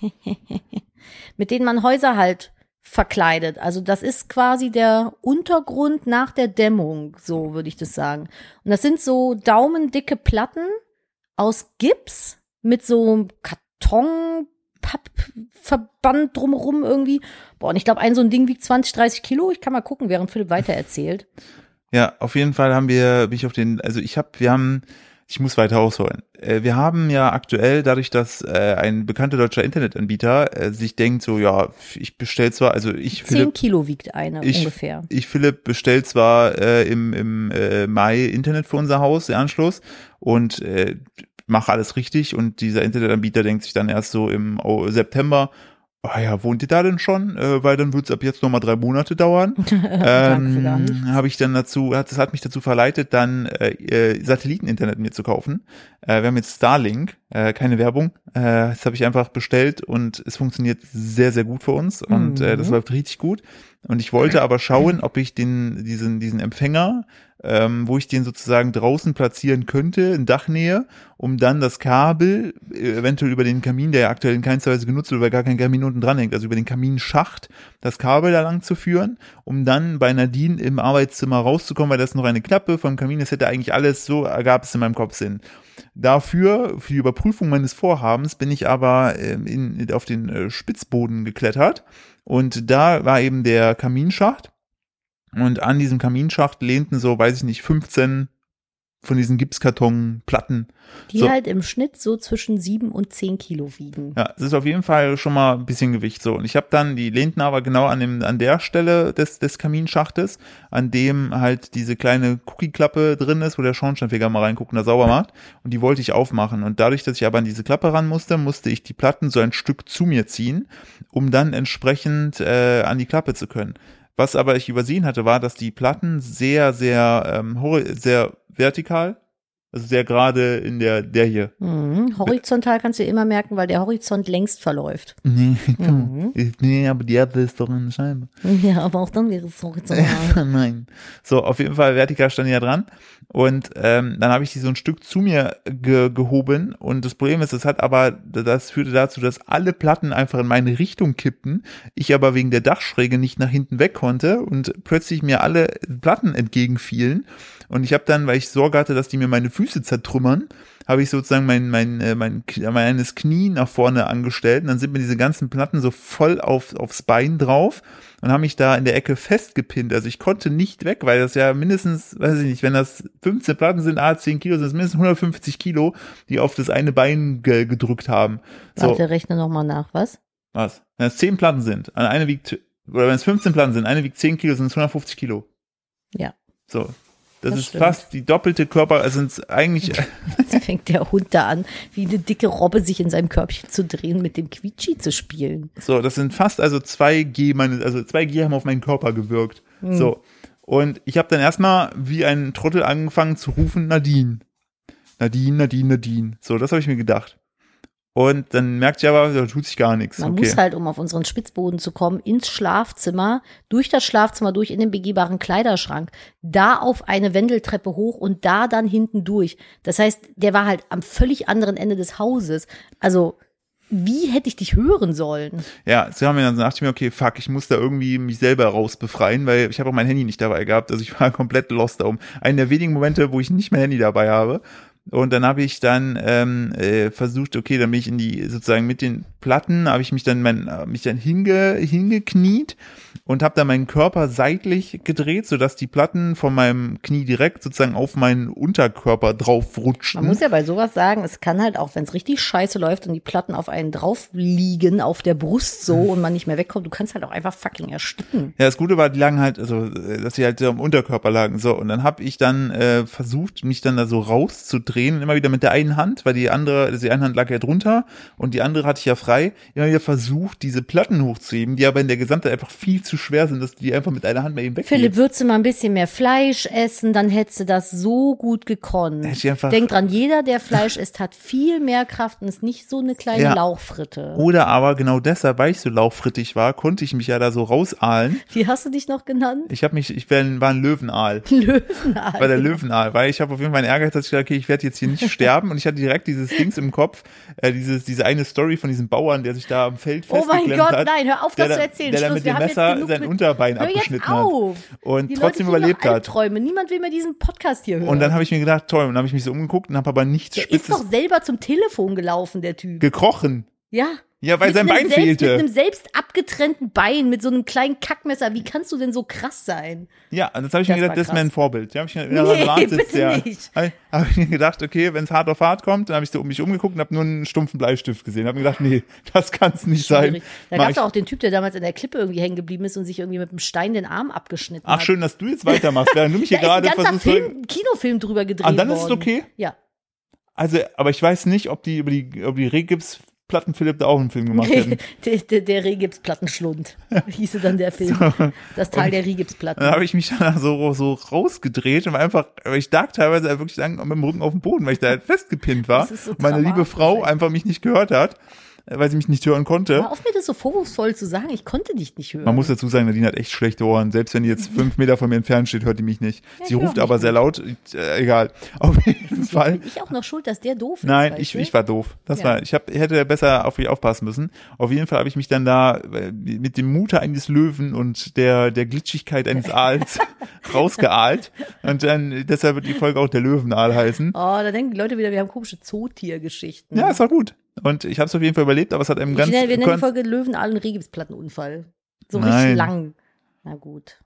*laughs* mit denen man Häuser halt verkleidet. Also das ist quasi der Untergrund nach der Dämmung, so würde ich das sagen. Und das sind so daumendicke Platten aus Gips mit so einem Karton. Pappverband drumherum irgendwie. Boah, und ich glaube, ein so ein Ding wiegt 20, 30 Kilo. Ich kann mal gucken, während Philipp weitererzählt. Ja, auf jeden Fall haben wir, bin ich auf den, also ich habe, wir haben, ich muss weiter ausholen. Äh, Wir haben ja aktuell, dadurch, dass äh, ein bekannter deutscher Internetanbieter äh, sich denkt, so, ja, ich bestell zwar, also ich, 10 Philipp, Kilo wiegt eine ich, ungefähr. ich, Philipp, bestell zwar äh, im, im äh, Mai Internet für unser Haus, den Anschluss, und äh, mache alles richtig und dieser Internetanbieter denkt sich dann erst so im Au- September, ah ja, wohnt ihr da denn schon? Äh, weil dann wird's ab jetzt nochmal drei Monate dauern. Danke für gar Ähm, habe ich dann dazu, hat, das hat mich dazu verleitet, dann äh, äh, Satelliteninternet mir zu kaufen. Äh, wir haben jetzt Starlink, äh, keine Werbung. Äh, das habe ich einfach bestellt und es funktioniert sehr, sehr gut für uns und Mhm. äh, das läuft richtig gut. Und ich wollte aber schauen, ob ich den, diesen, diesen Empfänger ähm, wo ich den sozusagen draußen platzieren könnte, in Dachnähe, um dann das Kabel äh, eventuell über den Kamin, der ja aktuell in keinster Weise genutzt wird, weil gar kein Kamin unten dran hängt, also über den Kaminschacht, das Kabel da lang zu führen, um dann bei Nadine im Arbeitszimmer rauszukommen, weil das ist noch eine Klappe vom Kamin, das hätte eigentlich alles, so ergab es in meinem Kopf Sinn. Dafür, für die Überprüfung meines Vorhabens, bin ich aber ähm, in, in, auf den äh, Spitzboden geklettert und da war eben der Kaminschacht und an diesem Kaminschacht lehnten so, weiß ich nicht, 15 von diesen Gipskartonplatten. Die So. halt im Schnitt so zwischen sieben und zehn Kilo wiegen. Ja, es ist auf jeden Fall schon mal ein bisschen Gewicht so. Und ich habe dann, die lehnten aber genau an, dem, an der Stelle des, des Kaminschachtes, an dem halt diese kleine Cookie-Klappe drin ist, wo der Schornsteinfeger mal reinguckt und da sauber macht. Und die wollte ich aufmachen. Und dadurch, dass ich aber an diese Klappe ran musste, musste ich die Platten so ein Stück zu mir ziehen, um dann entsprechend äh, an die Klappe zu können. Was aber ich übersehen hatte, war, dass die Platten sehr, sehr, ähm, hori- sehr vertikal, also sehr gerade in der, der hier. Mhm. Horizontal kannst du immer merken, weil der Horizont längst verläuft. Nee, Mhm. Hm. *laughs* Ich- nee, aber die Erde ist doch eine Scheibe. *laughs* Ja, aber auch dann wäre *laughs* es horizontal. Nein. So, auf jeden Fall, Vertika stand ja dran. Und ähm, dann habe ich die so ein Stück zu mir ge gehoben. Und das Problem ist, das hat aber, das führte dazu, dass alle Platten einfach in meine Richtung kippten. Ich aber wegen der Dachschräge nicht nach hinten weg konnte und plötzlich mir alle Platten entgegenfielen. Und ich habe dann, weil ich Sorge hatte, dass die mir meine Füße zertrümmern, habe ich sozusagen mein, mein, äh, mein, K- mein eines Knie nach vorne angestellt und dann sind mir diese ganzen Platten so voll auf, aufs Bein drauf und haben mich da in der Ecke festgepinnt. Also ich konnte nicht weg, weil das ja mindestens, weiß ich nicht, wenn das 15 Platten sind, ah, 10 Kilo, sind es mindestens 150 Kilo, die auf das eine Bein ge gedrückt haben. So, Warte, rechne nochmal nach, was? was? Wenn es 10 Platten sind, an eine wiegt, oder wenn es 15 Platten sind, eine wiegt 10 Kilo, sind es 150 Kilo. Ja. So. Das, Das ist stimmt. fast die doppelte Körper, also sind es eigentlich, *laughs* *laughs* Jetzt fängt der Hund da an, wie eine dicke Robbe sich in seinem Körbchen zu drehen, mit dem Quietschi zu spielen. So, das sind fast also 2G, meine, also 2G haben auf meinen Körper gewirkt. Hm. So. Und ich habe dann erstmal wie ein Trottel angefangen zu rufen, Nadine. Nadine, Nadine, Nadine. So, das habe ich mir gedacht. Und dann merkt ich aber, da tut sich gar nichts. Man okay. muss halt, um auf unseren Spitzboden zu kommen, ins Schlafzimmer, durch das Schlafzimmer, durch in den begehbaren Kleiderschrank, da auf eine Wendeltreppe hoch und da dann hinten durch. Das heißt, der war halt am völlig anderen Ende des Hauses. Also, wie hätte ich dich hören sollen? Ja, so haben wir dann dachte ich mir, okay, fuck, ich muss da irgendwie mich selber rausbefreien, weil ich habe auch mein Handy nicht dabei gehabt. Also ich war *laughs* komplett lost da oben. Einen der wenigen Momente, wo ich nicht mein Handy dabei habe. Und dann habe ich dann ähm, äh, versucht, okay, dann bin ich in die, sozusagen mit den Platten, habe ich mich dann mein, äh, mich dann hinge, hingekniet und habe dann meinen Körper seitlich gedreht, sodass die Platten von meinem Knie direkt sozusagen auf meinen Unterkörper drauf rutschten. Man muss ja bei sowas sagen, es kann halt auch, wenn es richtig scheiße läuft und die Platten auf einen drauf liegen, auf der Brust so und man nicht mehr wegkommt, du kannst halt auch einfach fucking ersticken. Ja, das Gute war, die lagen halt, also äh, dass sie halt so am Unterkörper lagen. So, und dann habe ich dann äh, versucht, mich dann da so rauszudrehen, immer wieder mit der einen Hand, weil die andere, also die eine Hand lag ja drunter und die andere hatte ich ja frei, immer wieder versucht, diese Platten hochzuheben, die aber in der Gesamtheit einfach viel zu schwer sind, dass du die einfach mit einer Hand mal eben weghebst. Philipp, würdest du mal ein bisschen mehr Fleisch essen, dann hättest du das so gut gekonnt. Hätte ich einfach- Denk dran, jeder, der Fleisch isst, hat viel mehr Kraft und ist nicht so eine kleine Ja. Lauchfritte. Oder aber genau deshalb, weil ich so lauchfrittig war, konnte ich mich ja da so rausahlen. Wie hast du dich noch genannt? Ich habe mich, ich bin, war ein Löwenaal. *laughs* Löwenal. bei der Löwenaal, weil ich habe auf jeden Fall einen Ehrgeiz, dass ich gesagt okay, ich werde jetzt hier *laughs* nicht sterben und ich hatte direkt dieses Dings im Kopf, äh, dieses, diese eine Story von diesem Bauern, der sich da am Feld Oh mein festgeklemmt Gott, hat. nein, hör auf, der das da- zu erzählen. Der da Schluss, mit wir dem haben jetzt Messer genug sein mit- Unterbein Hör jetzt abgeschnitten hat. auf. Und die trotzdem Leute kriegen überlebt noch hat. Albträume. Niemand will mehr diesen Podcast hier hören. Und dann habe ich mir gedacht, toll, und dann habe ich mich so umgeguckt und habe aber nichts der ist Spitzes doch selber zum Telefon gelaufen, der Typ. gekrochen. ja. Ja, weil Mit sein einem Bein selbst, Mit fehlte. einem selbst abgetrennten Bein, mit so einem kleinen Kackmesser. Wie kannst du denn so krass sein? Ja, und das habe ich mir Das gedacht, war das ist mein krass. Vorbild. Da habe ich mir in Nee, der Wand sitzt bitte der. nicht. Habe ich, hab ich mir gedacht, okay, wenn es hart auf hart kommt, dann habe ich so um mich umgeguckt und habe nur einen stumpfen Bleistift gesehen. Habe mir gedacht, nee, *laughs* das kann es nicht sein. Schwierig. Da Mach gab es ich auch den Typ, der damals in der Klippe irgendwie hängen geblieben ist und sich irgendwie mit dem Stein den Arm abgeschnitten Ach, hat. schön, dass du jetzt weitermachst, während du *laughs* mich Da hier ist ein gerade ganzer versuchst. Film, Kinofilm drüber gedreht Ah, dann ist es worden. okay? Ja. Also, aber ich weiß nicht, ob die über die, ob die Regips-Platten Philipp da auch einen Film gemacht hätten. *laughs* der der, *laughs* der Rehgipsplattenschlund hieße dann der Film. Das Tal der Rehgipsplatten. Dann habe ich mich danach so, so rausgedreht und war einfach, weil ich lag teilweise halt wirklich lang mit dem Rücken auf dem Boden, weil ich da halt festgepinnt war. Das ist so und meine liebe dramatisch, Frau ey. einfach mich nicht gehört hat. äh, weil sie mich nicht hören konnte. Hör auf mir das so vorwurfsvoll zu sagen, ich konnte dich nicht hören. Man muss dazu sagen, Nadine hat echt schlechte Ohren. Selbst wenn die jetzt *laughs* fünf Meter von mir entfernt steht, hört die mich nicht. Ja, sie ich ruft auch aber nicht. sehr laut. Äh, egal. *laughs* Auf *laughs* jeden Fall. bin ich auch noch schuld, dass der doof ist. Nein, weißt ich, du? ich war doof. Das Ja. war, ich hab, hätte besser auf mich aufpassen müssen. Auf jeden Fall habe ich mich dann da äh, mit dem Mute eines Löwen und der, der Glitschigkeit *laughs* eines *laughs* Aals rausgeaalt. Und dann, deshalb wird die Folge auch der Löwenaal heißen. Oh, da denken die Leute wieder, wir haben komische Zootiergeschichten. Ja, es war gut. Und ich habe es auf jeden Fall überlebt, aber es hat einem Oh. ich ganz, nenne, wir nennen die ganz Folge Löwen allen Regipsplattenunfall. So Nein. richtig lang. Na gut.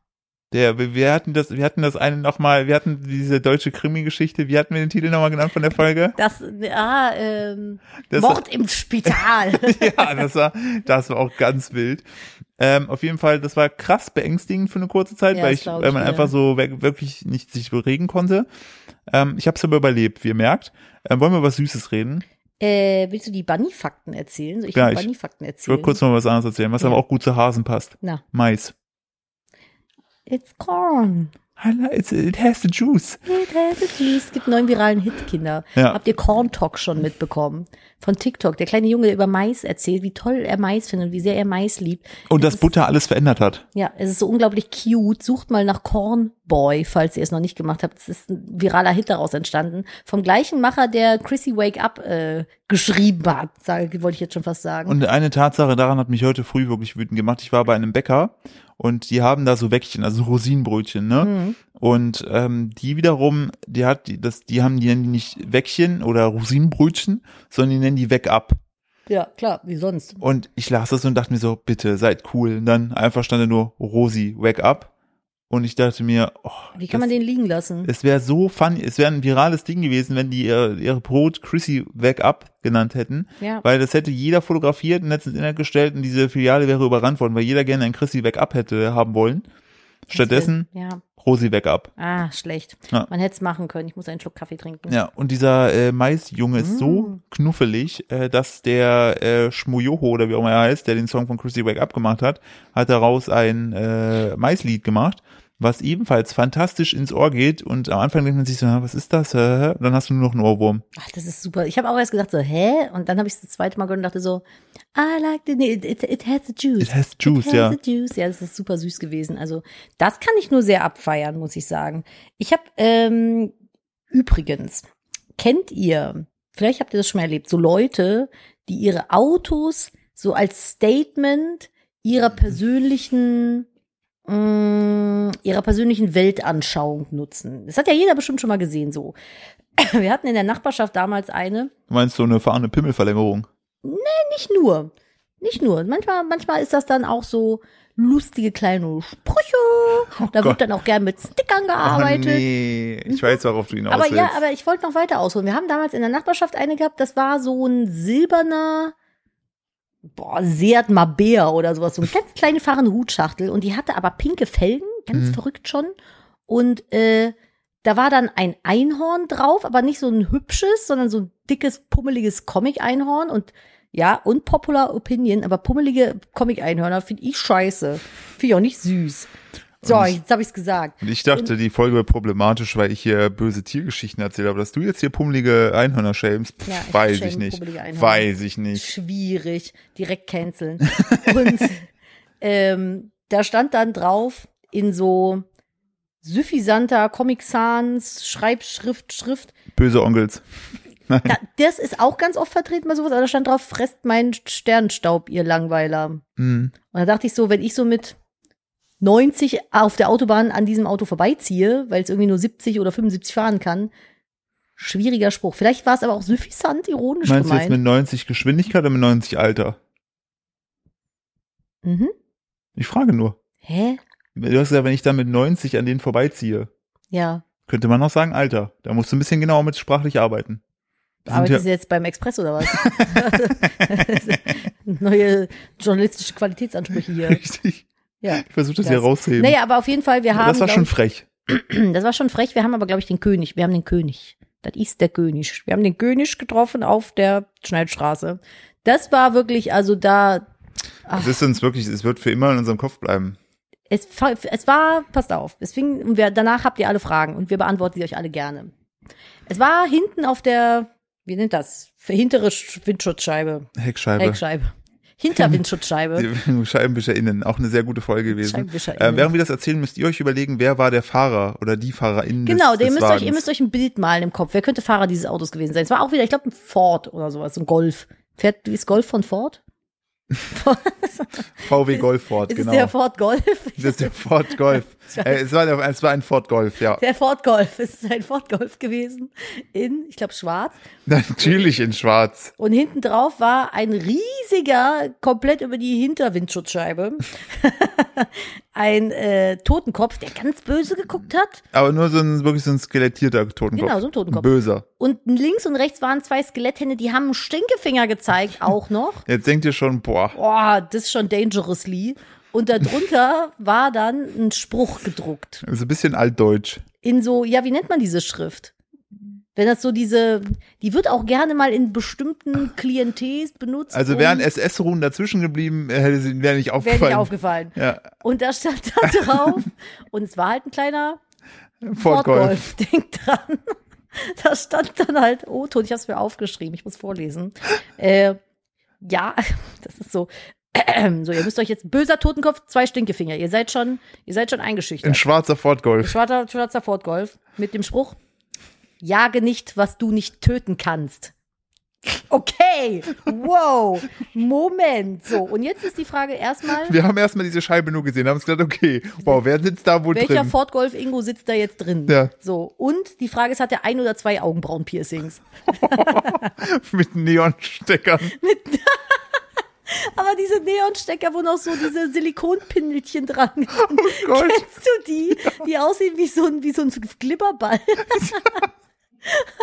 der, wir- wir hatten das, wir hatten das eine nochmal, wir hatten diese deutsche Krimi-Geschichte, wie hatten wir den Titel nochmal genannt von der Folge? Das, ah, ähm, Das- Mord im Spital. *laughs* ja, das war, das war auch ganz wild. Ähm, auf jeden Fall, das war krass beängstigend für eine kurze Zeit, Ja, weil, das ich, glaub weil ich man dir. einfach so wir- wirklich nicht sich bewegen konnte. Ähm, ich habe es aber überlebt, wie ihr merkt. Ähm, wollen wir über was Süßes reden? äh, willst du die Bunny-Fakten erzählen? Soll ich Ja, die ich- Bunny-Fakten Ich will erzählen? kurz noch was anderes erzählen, was Ja. aber auch gut zu Hasen passt. Na, Mais. it's corn. I like- it's- It has the juice. It has a juice. Es gibt einen neuen viralen Hit, Kinder. Ja. Habt ihr Corn Talk schon mitbekommen? Von TikTok. Der kleine Junge, der über Mais erzählt, wie toll er Mais findet und wie sehr er Mais liebt. Und Es dass ist- Butter alles verändert hat. Ja, es ist so unglaublich cute. Sucht mal nach Corn Boy, falls ihr es noch nicht gemacht habt. Es ist ein viraler Hit daraus entstanden. Vom gleichen Macher, der Chrissy Wake Up äh, geschrieben hat, sage, wollte ich jetzt schon fast sagen. Und eine Tatsache daran hat mich heute früh wirklich wütend gemacht. Ich war bei einem Bäcker und die haben da so Wäckchen, also so Rosinenbrötchen, ne? Mhm. Und ähm, die wiederum, die hat die, das, die haben, die nennen die nicht Wäckchen oder Rosinenbrötchen, sondern die nennen die Weg ab. Ja, klar, wie sonst. Und ich las das und dachte mir so, bitte, seid cool. Und dann einfach stand da nur Rosi, Weg ab. Und ich dachte mir, oh, Wie kann man den liegen lassen? es wäre so funny, es wäre ein virales Ding gewesen, wenn die ihre, ihre Brot Chrissy Weg ab genannt hätten. Ja. Weil das hätte jeder fotografiert und letztens Internet gestellt und diese Filiale wäre überrannt worden, weil jeder gerne ein Chrissy Weg ab hätte haben wollen. Stattdessen Ja. Rosi Weg ab. Ah, schlecht. Ja. Man hätte es machen können. Ich muss einen Schluck Kaffee trinken. Ja, und dieser äh, Maisjunge ist so Mm. knuffelig, äh, dass der äh, Schmujoho oder wie auch immer er heißt, der den Song von Chrissy Wake abgemacht hat, hat daraus ein äh, Maislied gemacht, was ebenfalls fantastisch ins Ohr geht. Und am Anfang denkt man sich so, "Ah, was ist das? Hä? Und dann hast du nur noch einen Ohrwurm. Ach, das ist super. Ich habe auch erst gesagt so, hä? Und dann habe ich es das zweite Mal gehört und dachte so, I like the, it, it, it has the juice. It has juice, It has ja. the juice. Ja, das ist super süß gewesen. Also das kann ich nur sehr abfeiern, muss ich sagen. Ich habe ähm, übrigens, kennt ihr, vielleicht habt ihr das schon mal erlebt, so Leute, die ihre Autos so als Statement ihrer Mhm. persönlichen mh, ihrer persönlichen Weltanschauung nutzen. Das hat ja jeder bestimmt schon mal gesehen so. *clears throat* Wir hatten in der Nachbarschaft damals eine. Du meinst so eine fahrende Pimmelverlängerung? Nicht nur. Nicht nur. Manchmal, manchmal ist das dann auch so lustige kleine Sprüche. da Gott. wird dann auch gern mit Stickern gearbeitet. Oh, nee, ich weiß, worauf du hinaus Mhm. aber willst. ja, aber ich wollte noch weiter ausholen. Wir haben damals in der Nachbarschaft eine gehabt, das war so ein silberner, boah, Seat Mabea oder sowas, so eine ganz kleine fahrende Hutschachtel und die hatte aber pinke Felgen, ganz Mhm. verrückt schon. Und äh, da war dann ein Einhorn drauf, aber nicht so ein hübsches, sondern so ein dickes, pummeliges Comic-Einhorn und ja, unpopular Opinion, aber pummelige Comic-Einhörner finde ich scheiße. Finde ich auch nicht süß. So, Und ich- jetzt habe ich's gesagt. und ich dachte, die Folge wäre problematisch, weil ich hier böse Tiergeschichten erzähle, aber dass du jetzt hier pummelige Einhörner schämst, pff, Ja, ich weiß schäme ich nicht. pummelige Einhörner. Weiß ich nicht. schwierig, direkt canceln. *laughs* Und ähm, da stand dann drauf in so suffisanter Comic Sans, Schreibschrift, Schrift. Böse Onkels. Da, das ist auch ganz oft vertreten bei sowas, aber da stand drauf, fresst meinen Sternstaub, ihr Langweiler. Und Mhm. da dachte ich so, wenn ich so mit 90 auf der Autobahn an diesem Auto vorbeiziehe, weil es irgendwie nur 70 oder 75 fahren kann, schwieriger Spruch. Vielleicht war es aber auch suffisant ironisch Meinst du jetzt gemeint. mit 90 Geschwindigkeit oder mit 90 Alter? mhm. Ich frage nur. Hä? Du hast gesagt, wenn ich dann mit 90 an denen vorbeiziehe, Ja. könnte man noch sagen Alter. Da musst du ein bisschen genauer mit sprachlich arbeiten. Wir sind *laughs* Arbeitest ja, du jetzt beim Express oder was? *laughs* Neue journalistische Qualitätsansprüche hier. richtig. Ja. Ich versuche das, Das- hier rauszuheben. Naja, aber auf jeden Fall, wir haben. Ähm, das war glaub schon frech. ich, *clears throat* das war schon frech. Wir haben aber, glaube ich, den König. Wir haben den König. Das ist der König. Wir haben den König getroffen auf der Schneidstraße. Das war wirklich, also da. Ach, Es ist uns wirklich, es wird für immer in unserem Kopf bleiben. es, fa- es war, passt auf, es fing, und wir, danach habt ihr alle Fragen und wir beantworten sie euch alle gerne. Es war hinten auf der wie nennt das? Für hintere Sch- Windschutzscheibe. Heckscheibe. Heckscheibe. *laughs* Hinterwindschutzscheibe. Die *laughs* ScheibenwischerInnen, auch eine sehr gute Folge gewesen. ScheibenwischerInnen. Äh, während wir das erzählen, müsst ihr euch überlegen, wer war der Fahrer oder die FahrerInnen Genau, des, ihr des müsst, Wagens. euch, ihr müsst euch ein Bild malen im Kopf. Wer könnte Fahrer dieses Autos gewesen sein? Es war auch wieder, ich glaube, ein Ford oder sowas, so ein Golf. Fährt, wie ist Golf von Ford? VW Golf Ford, Ist genau. es der Ford Golf? *laughs* das ist der Ford Golf. äh, es, war der, es war ein Ford Golf, ja. Der Ford Golf. Es ist ein Ford Golf gewesen. In, ich glaube, schwarz. *laughs* Natürlich in schwarz. Und hinten drauf war ein riesiger, komplett über die Hinterwindschutzscheibe, *laughs* ein äh, Totenkopf, der ganz böse geguckt hat. Aber nur so ein, wirklich so ein skelettierter Totenkopf. Genau, so ein Totenkopf. Böser. Und links und rechts waren zwei Skeletthände, die haben einen Stinkefinger gezeigt, auch noch. Jetzt denkt ihr schon, boah, Boah, das ist schon dangerously. Und darunter war dann ein Spruch gedruckt. so ein bisschen altdeutsch. In so, ja, wie nennt man diese Schrift? Wenn das so diese, die wird auch gerne mal in bestimmten Klientels benutzt. Also um- wären SS-Ruhen dazwischen geblieben, äh, hätte sie- wäre nicht Wäre aufgefallen. nicht aufgefallen. ja, Und da stand da drauf, und es war halt ein kleiner Ford Golf. Ford-Golf, *laughs* denkt dran. Da stand dann halt, oh, Ton, ich habe es mir aufgeschrieben, ich muss vorlesen. Äh, ja, *laughs* das ist so. *clears throat* So, ihr müsst euch jetzt böser Totenkopf, zwei Stinkefinger. Ihr seid schon, ihr seid schon Ein eingeschüchtert. schwarzer Ford Golf. Schwarzer, schwarzer Ford-Golf mit dem Spruch: Jage nicht, was du nicht töten kannst. Okay, wow, Moment. So, und jetzt ist die Frage erstmal. Wir haben erstmal diese Scheibe nur gesehen, haben uns gedacht, okay, wow, wer sitzt da wohl Welcher drin? Ford Golf Ingo sitzt da jetzt drin? Ja. So, und die Frage ist, hat er ein oder zwei Augenbrauen-Piercings? *laughs* Mit Neonsteckern. Aber diese Neonstecker, wo noch so diese Silikonpindelchen dran *laughs* sind. Oh Gott. Kennst du die? Die aussehen wie so ein, wie so ein Glibberball. *laughs*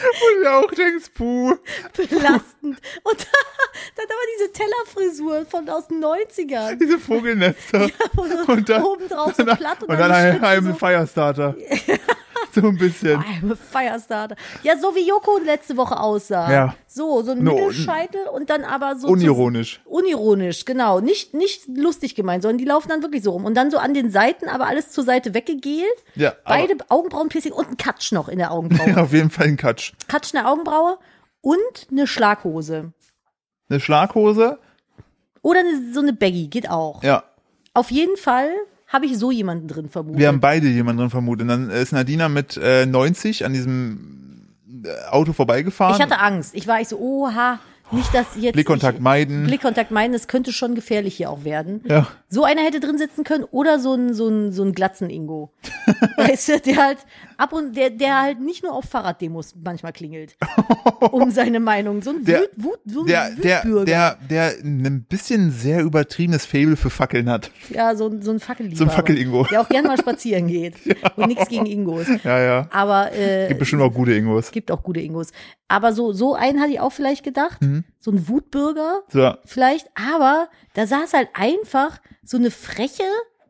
Und du auch denkst, puh. Belastend. Und *laughs* dann aber diese Tellerfrisur von aus den 90ern. diese Vogelnester. Wo so Und dann- oben drauf so platt und, und dann ein, dann ein die Spitze so. *laughs* Firestarter. so ein bisschen. I'm a Firestarter. Ja, so wie Joko letzte Woche aussah. Ja. So, so ein No, Mittelscheitel und dann aber so. zu- Unironisch. Unironisch, genau. Nicht, nicht lustig gemeint, sondern die laufen dann wirklich so rum. Und dann so an den Seiten, aber alles zur Seite weggegelt. Ja, aber- Beide Augenbrauenpiercing und ein Katsch noch in der Augenbraue. Auf jeden Fall ein Katsch. Katsch in der Augenbraue und eine Schlaghose. Eine Schlaghose. Oder eine, so eine Baggy, geht auch. Ja. Auf jeden Fall habe ich so jemanden drin vermutet. Wir haben beide jemanden drin vermutet. Und dann ist Nadina mit äh, 90 an diesem äh, Auto vorbeigefahren. ich hatte Angst. Ich war ich so, oha, nicht, dass jetzt. Blickkontakt ich, meiden. Blickkontakt meiden, das könnte schon gefährlich hier auch werden. Ja. So einer hätte drin sitzen können oder so ein, so ein, so ein glatzen *laughs* Ingo. weißt du, der halt ab und der, der halt nicht nur auf Fahrraddemos manchmal klingelt. *laughs* um seine Meinung. So ein Der- Wut, Wut, so ein der, der, Wutbürger. der, der ein bisschen sehr übertriebenes Fable für Fackeln hat. ja, so, ein- so ein Fackel So ein Fackel-Ingo. Der auch gerne mal *laughs* spazieren geht. Und nichts gegen Ingos. Ja, ja. Aber äh, Gibt bestimmt auch gute Ingos. gibt auch gute Ingos. Aber so, so einen hatte ich auch vielleicht gedacht. Mhm. So ein Wutbürger. So, vielleicht, aber da saß halt einfach so eine freche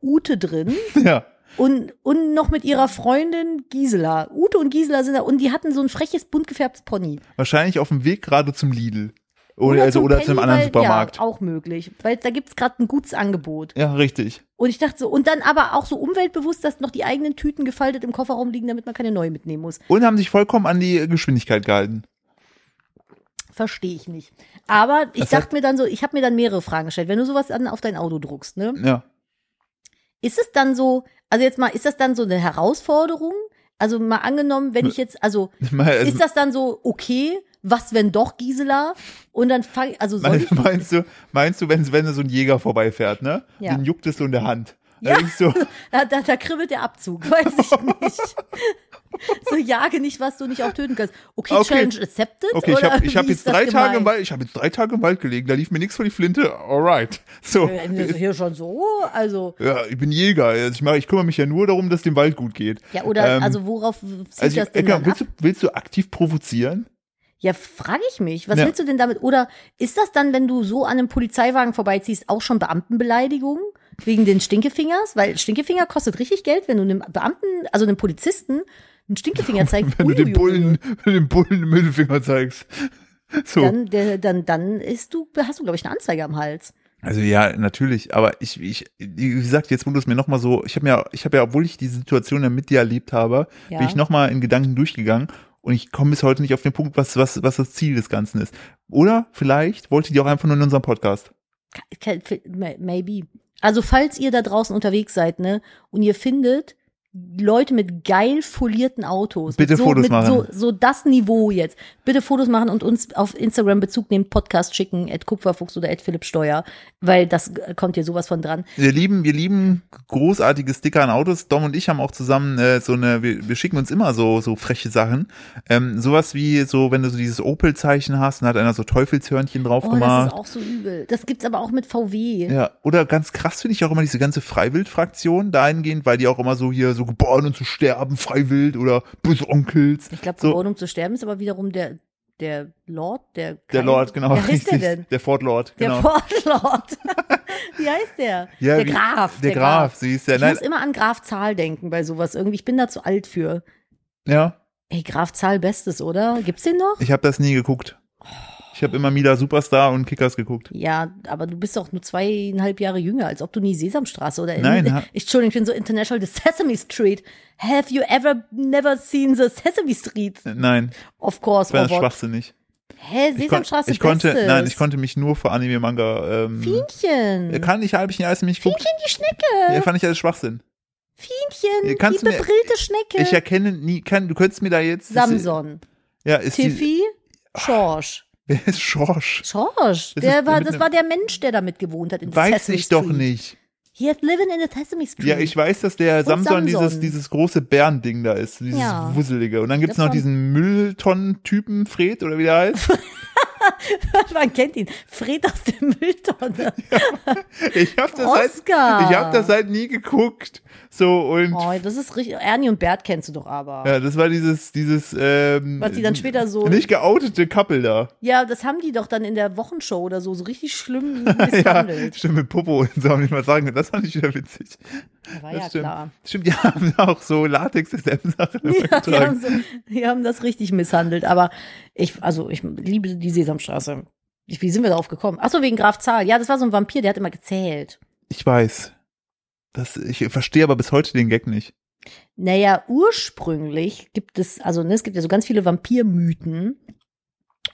Ute drin ja. und, und noch mit ihrer Freundin Gisela. Ute und Gisela sind da und die hatten so ein freches, bunt gefärbtes Pony. Wahrscheinlich auf dem Weg gerade zum Lidl. Oder, also, zum oder Penny, zu einem anderen weil, Supermarkt. Ja, auch möglich, weil da gibt's gerade ein gutes Angebot. ja, richtig. Und ich dachte so, und dann aber auch so umweltbewusst, dass noch die eigenen Tüten gefaltet im Kofferraum liegen, damit man keine neue mitnehmen muss. Und haben sich vollkommen an die Geschwindigkeit gehalten. Verstehe ich nicht. Aber ich Das heißt- dachte mir dann so, ich habe mir dann mehrere Fragen gestellt. Wenn du sowas dann auf dein Auto druckst, ne? Ja. *laughs* Ist es dann so, also jetzt mal, ist das dann so eine Herausforderung? Also mal angenommen, wenn ich jetzt, also Mal- also- ist das dann so, okay, was wenn doch Gisela? Und dann fange also soll ich, Meinst, meinst du, meinst du, wenn, wenn so ein Jäger vorbeifährt, ne? Ja. Den juckt es so in der Hand. Also, Da Ja. denkst du, *laughs* da, da, da kribbelt der Abzug, *laughs* weiß ich *laughs* nicht. so jage nicht, was du nicht auch töten kannst. Okay, Ah, Okay. Challenge accepted? okay, ich oder habe ich hab wie jetzt ist das drei Tage im gemeint? Wald, ich habe jetzt drei Tage im Wald gelegen, da lief mir nichts vor die Flinte. Alright. So. Wenn Äh, das hier schon so, also Ja, ich bin Jäger. Also ich, mach, ich kümmere mich ja nur darum, dass dem Wald gut geht. ja oder Ähm, also worauf zieht also das ich, denn Edgar, dann ab? willst, du, willst du aktiv provozieren? Ja, frage ich mich. Was Ja. willst du denn damit? Oder ist das dann, wenn du so an einem Polizeiwagen vorbeiziehst, auch schon Beamtenbeleidigung? Wegen den Stinkefingers? Weil Stinkefinger kostet richtig Geld, wenn du einem Beamten, also einem Polizisten, einen Stinkefinger *laughs* zeigst. Wenn ui, du ui, den ui, ui, Bullen, wenn du den Bullen den Mittelfinger zeigst. *laughs* So. Dann, der, dann, dann ist du, hast du, glaube ich, eine Anzeige am Hals. Also ja, natürlich, aber ich, ich, wie gesagt, jetzt wo du es mir nochmal so, ich habe mir, ich habe ja, obwohl ich die Situation ja mit dir erlebt habe, Ja. bin ich nochmal in Gedanken durchgegangen Und ich komme bis heute nicht auf den Punkt, was, was, was das Ziel des Ganzen ist. Oder vielleicht wollte die auch einfach nur in unserem Podcast. Ke- fe- may- Maybe. Also falls ihr da draußen unterwegs seid, ne, und ihr findet Leute mit geil folierten Autos. Bitte mit so, Fotos mit machen. So, so das Niveau jetzt. Bitte Fotos machen und uns auf Instagram Bezug nehmen, Podcast schicken, at Kupferfuchs oder at Philipp Steuer, weil das äh, kommt hier sowas von dran. Wir lieben, wir lieben großartige Sticker an Autos. Dom und ich haben auch zusammen äh, so eine, wir, wir schicken uns immer so, so freche Sachen. Ähm, sowas wie so, wenn du so dieses Opel-Zeichen hast, dann hat einer so Teufelshörnchen drauf Oh, das gemacht. ist auch so übel. Das gibt's aber auch mit VW. Ja, oder ganz krass finde ich auch immer diese ganze Freiwild-Fraktion dahingehend, weil die auch immer so hier so geboren und zu sterben, Freiwild oder böse Onkels. Ich glaube, So. geboren um zu sterben ist aber wiederum der, der Lord, der Der Kai- Lord, genau. Wer heißt der denn? Der Ford Lord, Der genau. Ford Lord. *laughs* Wie heißt der? Ja, der wie- Graf. der Graf, siehst du. Ich Äh, Nein, muss immer an Graf Zahl denken bei sowas irgendwie. Ich bin da zu alt für. ja, Ey, Graf Zahl Bestes, oder? Gibt's den noch? ich habe das nie geguckt. Ich habe immer Mila Superstar und Kickers geguckt. Ja, aber du bist doch nur zweieinhalb Jahre jünger, als ob du nie Sesamstraße oder *laughs* Nein, ha- ich, Entschuldigung, ich bin so international. The Sesame Street. Have you ever never seen the Sesame Street? Nein, Of course, das war Robot. schwachsinnig. Hä, Ich, kon Sesamstraße ich konnte, Bestes. nein, ich konnte mich nur für Anime-Manga. Ähm, Fienchen. Kann ich, habe ich nicht alles nicht geguckt. Fienchen die Schnecke. Ja, fand ich alles Schwachsinn. Fienchen, Ihr kannst die mir- bebrillte Schnecke. Ich erkenne nie, kann, du könntest mir da jetzt. Samson. Ja, ist die, Tiffy, Schorsch. Wer *laughs* ist Schorsch? Schorsch, Das der ist- war, mit das ne- war der Mensch, der damit gewohnt hat. In Weiß Sesame ich doch Street. nicht. He had living in the Sesame Street. Ja, ich weiß, dass der Samson, Samson. dieses, dieses große Bärending da ist, dieses Ja. Wusselige. Und dann gibt's Das noch war- diesen Mülltonnen-Typen, Fred, oder wie der *laughs* heißt. *laughs* Man kennt ihn. Fred aus der *laughs* Mülltonne. Ich hab das, Oscar. Halt, ich hab das halt nie geguckt. So, und Oh, das ist richtig. Ernie und Bert kennst du doch aber. Ja. ja, das war dieses, dieses, ähm, Was die dann später so- Nicht geoutete Couple da. das haben die doch dann in der Wochenshow oder so, so richtig schlimm *laughs* Ja, misshandelt. stimmt, mit Popo und so, haben die mal sagen können. Das fand ich wieder witzig. war das ja stimmt. klar. Stimmt, die *laughs* haben auch so Latex dieselben Sachen *laughs* Ja, die, haben übergetragen. so, die haben das richtig misshandelt. Aber ich, also ich liebe die Sesamstraße. Ich, wie sind wir darauf gekommen? Ach so wegen Graf Zahl. Ja, das war so ein Vampir, der hat immer gezählt. Ich weiß. Das, ich verstehe aber bis heute den Gag nicht. Naja, ursprünglich gibt es, also ne, es gibt ja so ganz viele Vampirmythen.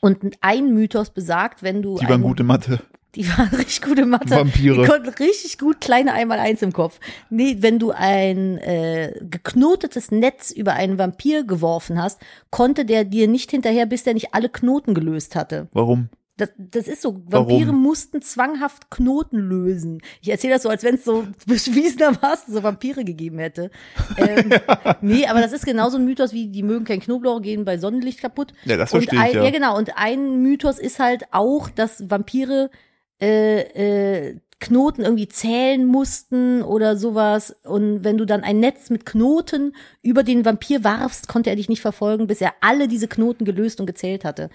Und ein Mythos besagt, wenn du. Die waren einen- gute Mathe. *laughs* Die waren richtig gute Mathe. Vampire. Die konnten richtig gut kleine einmal eins im Kopf. Nee, wenn du ein äh, geknotetes Netz über einen Vampir geworfen hast, konnte der dir nicht hinterher, bis der nicht alle Knoten gelöst hatte. Warum? Das, das ist so. Warum? Vampire mussten zwanghaft Knoten lösen. Ich erzähle das so, als wenn es so *laughs* beschwiesenermaßen so Vampire gegeben hätte. Ähm, Nee, aber das ist genauso ein Mythos wie, die mögen kein Knoblauch, gehen bei Sonnenlicht kaputt. Ja, das Und verstehe ein, ich ja. genau. Und ein Mythos ist halt auch, dass Vampire äh, äh, Knoten irgendwie zählen mussten oder sowas. Und wenn du dann ein Netz mit Knoten über den Vampir warfst, konnte er dich nicht verfolgen, bis er alle diese Knoten gelöst und gezählt hatte.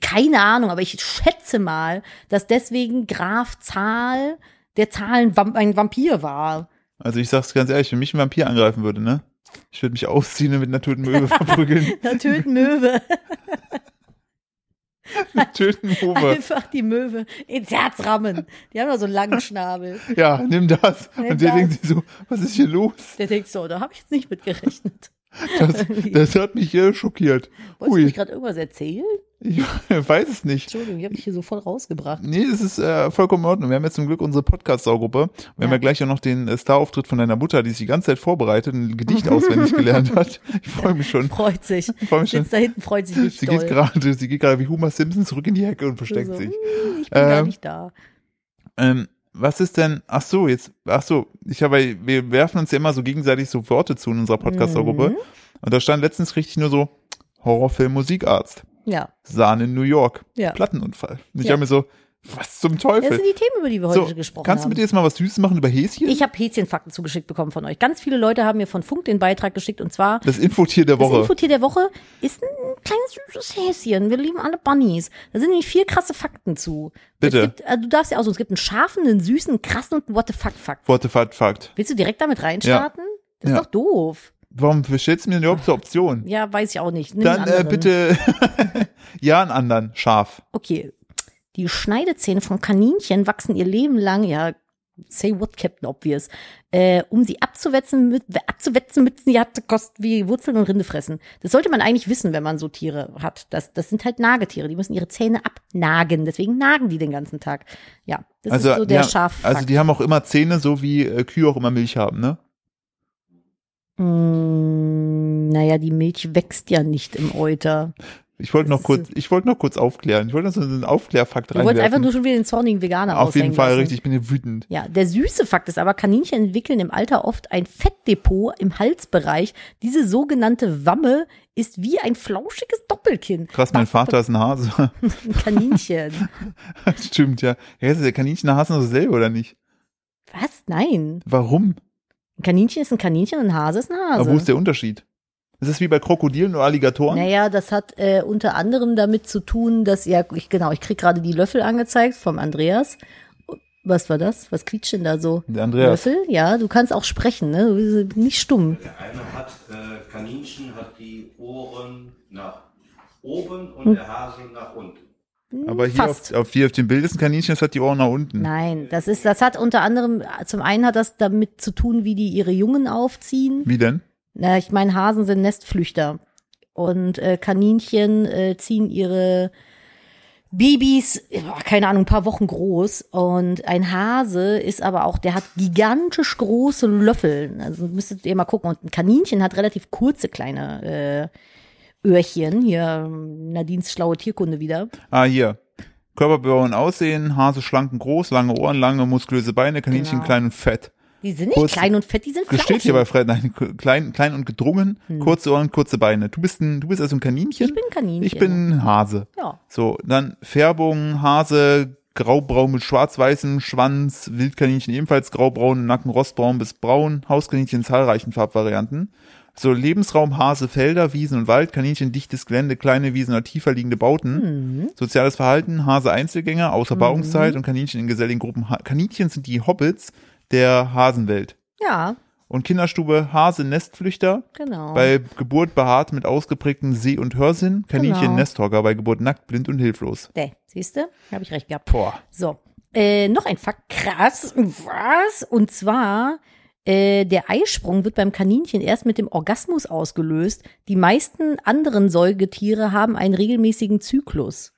Keine Ahnung, aber ich schätze mal, dass deswegen Graf Zahl der Zahlen Vamp- ein Vampir war. Also ich sag's ganz ehrlich, wenn mich ein Vampir angreifen würde, ne? Ich würde mich ausziehen und mit einer toten Möwe *laughs* verprügeln. Da *laughs* töten Möwe. Mit töten Möwe. Einfach die Möwe ins Herz rammen. Die haben doch so einen langen Schnabel. Ja, nimm das. Nimm und der das. denkt sich so, was ist hier los? Der denkt so, da habe ich jetzt nicht mit gerechnet. *laughs* *laughs* Das, das hat mich äh, schockiert. Wolltest du Ui, mich gerade irgendwas erzählen? ich *laughs* weiß es nicht. Entschuldigung, ich habe dich hier so *laughs* voll rausgebracht. Nee, das ist äh, vollkommen in Ordnung. Wir haben jetzt zum Glück unsere Podcast-Saugruppe. Wir haben ja Ja. gleich auch noch den äh, Star-Auftritt von deiner Mutter, die sich die ganze Zeit vorbereitet und ein *laughs* Gedicht auswendig gelernt hat. Ich freue mich schon. Freut sich. Freut mich schon. Sitzt da hinten, freut sich nicht Sie doll. geht gerade, sie geht gerade wie Homer Simpson zurück in die Hecke und versteckt so, sich. "Hm, Ich bin gar Ähm, nicht da. Ähm, was ist denn, ach so, jetzt, ach so, ich habe, wir werfen uns ja immer so gegenseitig so Worte zu in unserer Podcast-Gruppe. Mhm. Und da stand letztens richtig nur so, Horrorfilm Musikarzt, Ja. Sahne in New York, Ja. Plattenunfall. Und ich Ja. habe mir so, was zum Das Teufel? sind die Themen, über die wir heute So, gesprochen kannst du haben. bitte jetzt mal was Süßes machen über Häschen? ich habe Häschenfakten zugeschickt bekommen von euch. Ganz viele Leute haben mir von Funk den Beitrag geschickt und zwar das Infotier der Das Woche. Infotier der Woche ist ein kleines süßes Häschen. Wir lieben alle Bunnies. Da sind nämlich vier krasse Fakten zu. Bitte. Es gibt, also du darfst ja auch so, es gibt einen scharfen, einen süßen, einen krassen und einen What the fuck Fakt. What the fuck, fuck. Willst du direkt damit reinstarten? Das ist Ja. doch doof. Warum stellst du mir denn überhaupt zur Option? Ja, weiß ich auch nicht. Nimm Dann einen äh, anderen. bitte, *laughs* ja, einen anderen, scharf. Okay. Die Schneidezähne von Kaninchen wachsen ihr Leben lang, ja, Say what, Captain Obvious. Äh, um sie abzuwetzen, mit, abzuwetzen, mit sie hat Kost wie Wurzeln und Rinde fressen. Das sollte man eigentlich wissen, wenn man so Tiere hat. Das, das sind halt Nagetiere. Die müssen ihre Zähne abnagen. Deswegen nagen die den ganzen Tag. Ja, das ist so ja, der Schaf. also die haben auch immer Zähne, so wie äh, Kühe auch immer Milch haben, ne? Mm, naja, die Milch wächst ja nicht im Euter. Ich wollte Das noch ist kurz, ich wollte noch kurz aufklären. Ich wollte noch so einen Aufklärfakt Du wolltest einfach reinwerfen. nur schon wieder den zornigen Veganer Auf jeden aushängen Fall lassen. richtig, ich bin hier wütend. Ja, der süße Fakt ist aber, Kaninchen entwickeln im Alter oft ein Fettdepot im Halsbereich. Diese sogenannte Wamme ist wie ein flauschiges Doppelkinn. Krass, mein Vater ist ein Hase. *laughs* Ein Kaninchen. Stimmt, ja. ja der Kaninchenhasen ist dasselbe, oder nicht? Was? Nein. Warum? Ein Kaninchen ist ein Kaninchen und ein Hase ist ein Hase. Aber wo ist der Unterschied? Ist das wie bei Krokodilen oder Alligatoren? Naja, das hat äh, unter anderem damit zu tun, dass, ja, ich, genau, ich krieg gerade die Löffel angezeigt vom Andreas. Was war das? Was quietscht denn da so? Der Andreas. Löffel? Ja, du kannst auch sprechen, ne? Du bist nicht stumm. Der eine hat äh, Kaninchen, hat die Ohren nach oben und der Hase nach unten. Aber hier auf, Fast. auf, hier auf dem Bild ist ein Kaninchen, das hat die Ohren nach unten. Nein, das ist, das hat unter anderem, zum einen hat das damit zu tun, wie die ihre Jungen aufziehen. Wie denn? Na, ich meine, Hasen sind Nestflüchter. Und äh, Kaninchen äh, ziehen ihre Babys, boah, keine Ahnung, ein paar Wochen groß. Und ein Hase ist aber auch, der hat gigantisch große Löffel. Also müsstet ihr mal gucken. Und ein Kaninchen hat relativ kurze kleine äh, Öhrchen. Hier Nadines schlaue Tierkunde wieder. Ah, hier. Körperbau und Aussehen, Hase schlank und groß, lange Ohren, lange muskulöse Beine, Kaninchen Genau. klein und fett. Die sind nicht Kurz- klein und fett, die sind Steht hier flauschig. bei Fred, nein, k- klein, klein und gedrungen, kurze Ohren, kurze Beine. Du bist, ein, du bist also ein Kaninchen? Hm. Ich bin ein Kaninchen. Ich bin ein Hase. Ja. So, dann Färbung, Hase, graubraun mit schwarz-weißem Schwanz, Wildkaninchen ebenfalls graubraun, im Nacken rostbraun bis braun, Hauskaninchen in zahlreichen Farbvarianten. So, Lebensraum, Hase, Felder, Wiesen und Wald, Kaninchen, dichtes Gelände, kleine Wiesen oder tiefer liegende Bauten. Soziales Verhalten, Hase Einzelgänger, außer Bauungszeit und Kaninchen in geselligen Gruppen. Ha Kaninchen sind die Hobbits der Hasenwelt. Ja, Und Kinderstube, Hase, Nestflüchter, genau. bei Geburt behaart mit ausgeprägtem Seh- und Hörsinn, Kaninchen Genau. Nesthocker, bei Geburt nackt, blind und hilflos. Nee, siehst du? Habe ich recht gehabt. Boah. So, äh, noch ein Fakt. Krass. Was? Und zwar, äh, der Eisprung wird beim Kaninchen erst mit dem Orgasmus ausgelöst. Die meisten anderen Säugetiere haben einen regelmäßigen Zyklus.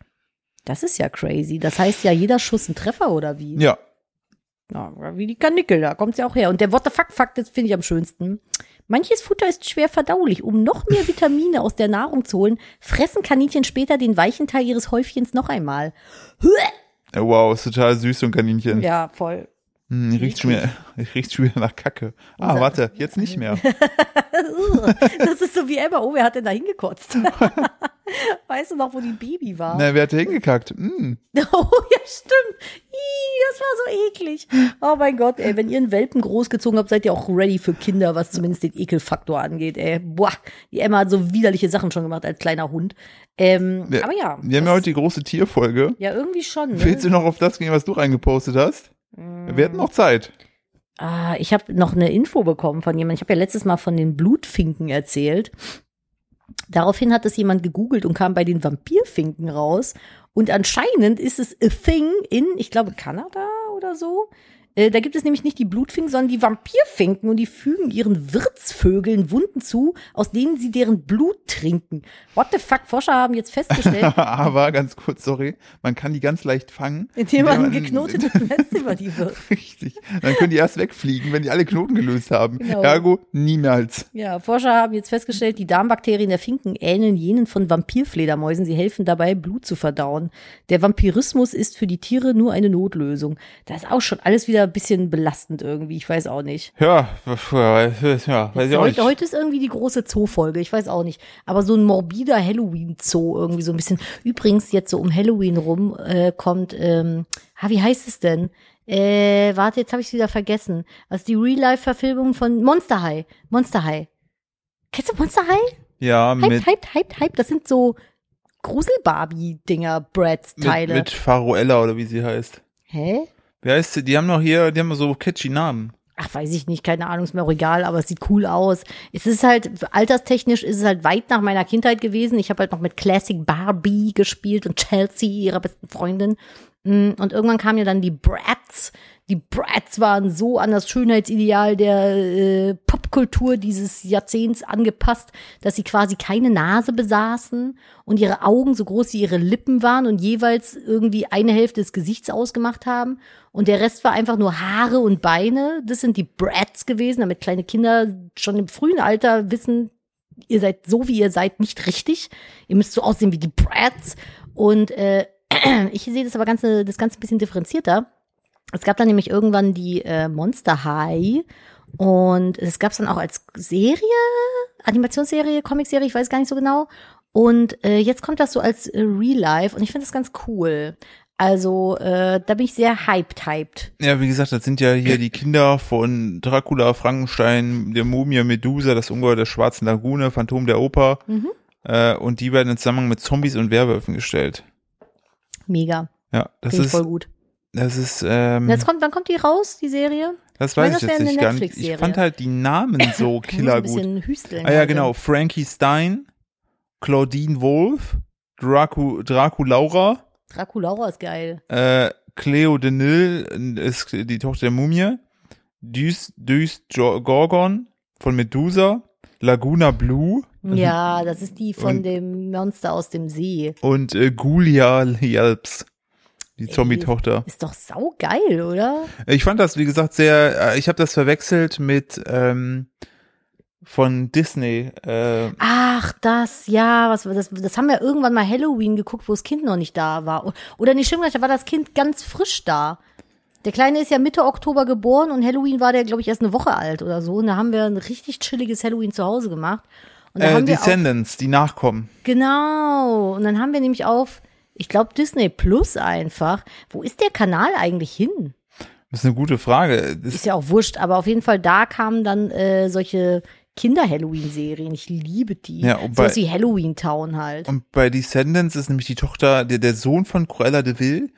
Das ist ja crazy. Das heißt ja, jeder Schuss ein Treffer oder wie? Ja, Na, wie die Kanickel, da kommt's ja auch her. Und der What the fuck-Fakt, das finde ich am schönsten. Manches Futter ist schwer verdaulich. Um noch mehr Vitamine aus der Nahrung zu holen, fressen Kaninchen später den weichen Teil ihres Häufchens noch einmal. Äh, Wow, ist total süß, so ein Kaninchen. Ja, voll. Hm, riecht schon wieder, *laughs* riecht schon wieder nach Kacke. Ah, *laughs* warte, jetzt nicht mehr. Das ist so wie Emma. Oh, wer hat denn da hingekotzt? *laughs* weißt du noch, wo die Baby war? Na, wer hat da hingekackt? Hm. *laughs* Oh, ja, stimmt. Ih, das war so eklig. Oh mein Gott, ey, wenn ihr einen Welpen großgezogen habt, seid ihr auch ready für Kinder, was zumindest den Ekelfaktor angeht, ey. Boah, die Emma hat so widerliche Sachen schon gemacht als kleiner Hund. Ähm, Wir- aber ja. Wir haben das- ja heute die große Tierfolge. Ja, Hm. *laughs* irgendwie schon. Ne? Willst du noch auf das gehen, was du reingepostet hast? Wir hatten noch Zeit. *laughs* Ah, ich habe noch eine Info bekommen von jemandem. Ich habe ja letztes Mal von den Blutfinken erzählt. Daraufhin hat es jemand gegoogelt und kam bei den Vampirfinken raus. Und anscheinend ist es a thing in, ich glaube, Kanada oder so. Äh, Da gibt es nämlich nicht die Blutfinken, sondern die Vampirfinken und die fügen ihren Wirtsvögeln Wunden zu, aus denen sie deren Blut trinken. What the fuck? Forscher haben jetzt *laughs* festgestellt, Aber ganz kurz, sorry, man kann die ganz leicht fangen. indem man geknotete Netze über die wirft. *laughs* Richtig. Dann können die erst wegfliegen, wenn die alle Knoten gelöst haben. Genau. Ergo, niemals. Ja, Forscher haben jetzt festgestellt, die Darmbakterien der Finken ähneln jenen von Vampirfledermäusen. Sie helfen dabei, Blut zu verdauen. Der Vampirismus ist für die Tiere nur eine Notlösung. Das ist auch schon alles wieder ein bisschen belastend irgendwie. Ich weiß auch nicht. Ja, ja, ja weiß ich auch heute, nicht. heute ist irgendwie die große Zoo-Folge. Ich weiß auch nicht. Aber so ein morbider Halloween-Zoo irgendwie so ein bisschen. Übrigens, jetzt so um Halloween rum äh, kommt, ähm, ah, wie heißt es denn? Äh, warte, jetzt habe ich es wieder vergessen. Also die Real-Life-Verfilmung von Monster High. Monster High. Kennst du Monster High? Ja, mit, Hype, hype, hype, hype. Das sind so Grusel-Barbie-Dinger, mit, Brads-Teile. mit Faroella oder wie sie heißt. Hä? Wie heißt sie? Die haben doch hier, die haben so catchy Namen. Ach, weiß ich nicht, keine Ahnung, ist mir auch egal, aber es sieht cool aus. Es ist halt, alterstechnisch ist es halt weit nach meiner Kindheit gewesen. Ich habe halt noch mit Classic Barbie gespielt und Chelsea, ihrer besten Freundin. Mm, Und irgendwann kamen ja dann die Bratz Bratz. Die Brats waren so an das Schönheitsideal der äh, Popkultur dieses Jahrzehnts angepasst, dass sie quasi keine Nase besaßen und ihre Augen so groß wie ihre Lippen waren und jeweils irgendwie eine Hälfte des Gesichts ausgemacht haben. Und der Rest war einfach nur Haare und Beine. Das sind die Brats gewesen, damit kleine Kinder schon im frühen Alter wissen, ihr seid so, wie ihr seid, nicht richtig. Ihr müsst so aussehen wie die Brats. Und äh, *clears throat* ich sehe das aber ganze, das Ganze ein bisschen differenzierter. Es gab dann nämlich irgendwann die äh, Monster High und es gab es dann auch als Serie, Animationsserie, Comicserie, ich weiß gar nicht so genau. Und äh, jetzt kommt das so als äh, Real Life und ich finde das ganz cool. Also äh, da bin ich sehr hyped, hyped. Ja, wie gesagt, das sind ja hier die Kinder von Dracula, Frankenstein, der Mumie, Medusa, das Ungeheuer der Schwarzen Lagune, Phantom der Oper. Mhm. Äh, und die werden in Zusammenhang mit Zombies und Werwölfen gestellt. Mega, Ja, das finde ich ist, voll gut. das ist, ähm, Und jetzt kommt, wann kommt die raus, die Serie? das meine, weiß ich das wäre jetzt eine nicht gar nicht. Ich Netflix-Serie. fand halt die *laughs* Namen so Ich muss ein killergut. bisschen hüsteln. Ah ja, heute. genau. Frankie Stein, Claudine Wolf, Dracu, Dracu Laura, Draculaura ist geil. äh, Cleo Denil ist die Tochter der Mumie, Düs, Düs Jo- Gorgon von Medusa, Laguna Blue Ja, das ist die von Mhm. Und- dem Monster aus dem See. und äh, Gulia Yelps. Die Zombie-Tochter. Äh, Ist doch saugeil, oder? Ich fand das, wie gesagt, sehr, äh, ich habe das verwechselt mit ähm, von Disney. Äh, Ach, das, ja, was, das, das haben wir irgendwann mal Halloween geguckt, wo das Kind noch nicht da war. O- Oder nicht stimmt, gar nicht, da war das Kind ganz frisch da. Der Kleine ist ja Mitte Oktober geboren und Halloween war der, glaube ich, erst eine Woche alt oder so. Und da haben wir ein richtig chilliges Halloween zu Hause gemacht. Und da äh, haben wir auch, Descendants, die Nachkommen. genau. Und dann haben wir nämlich auf, ich glaube, Disney Plus einfach. Wo ist der Kanal eigentlich hin? Das ist eine gute Frage. Das Ist ja auch wurscht, aber auf jeden Fall da kamen dann äh, solche Kinder-Halloween-Serien. Ich liebe die. Ja, und bei- Sowas wie Halloween Town halt. Und bei Descendants ist nämlich die Tochter, der, der Sohn von Cruella de Vil,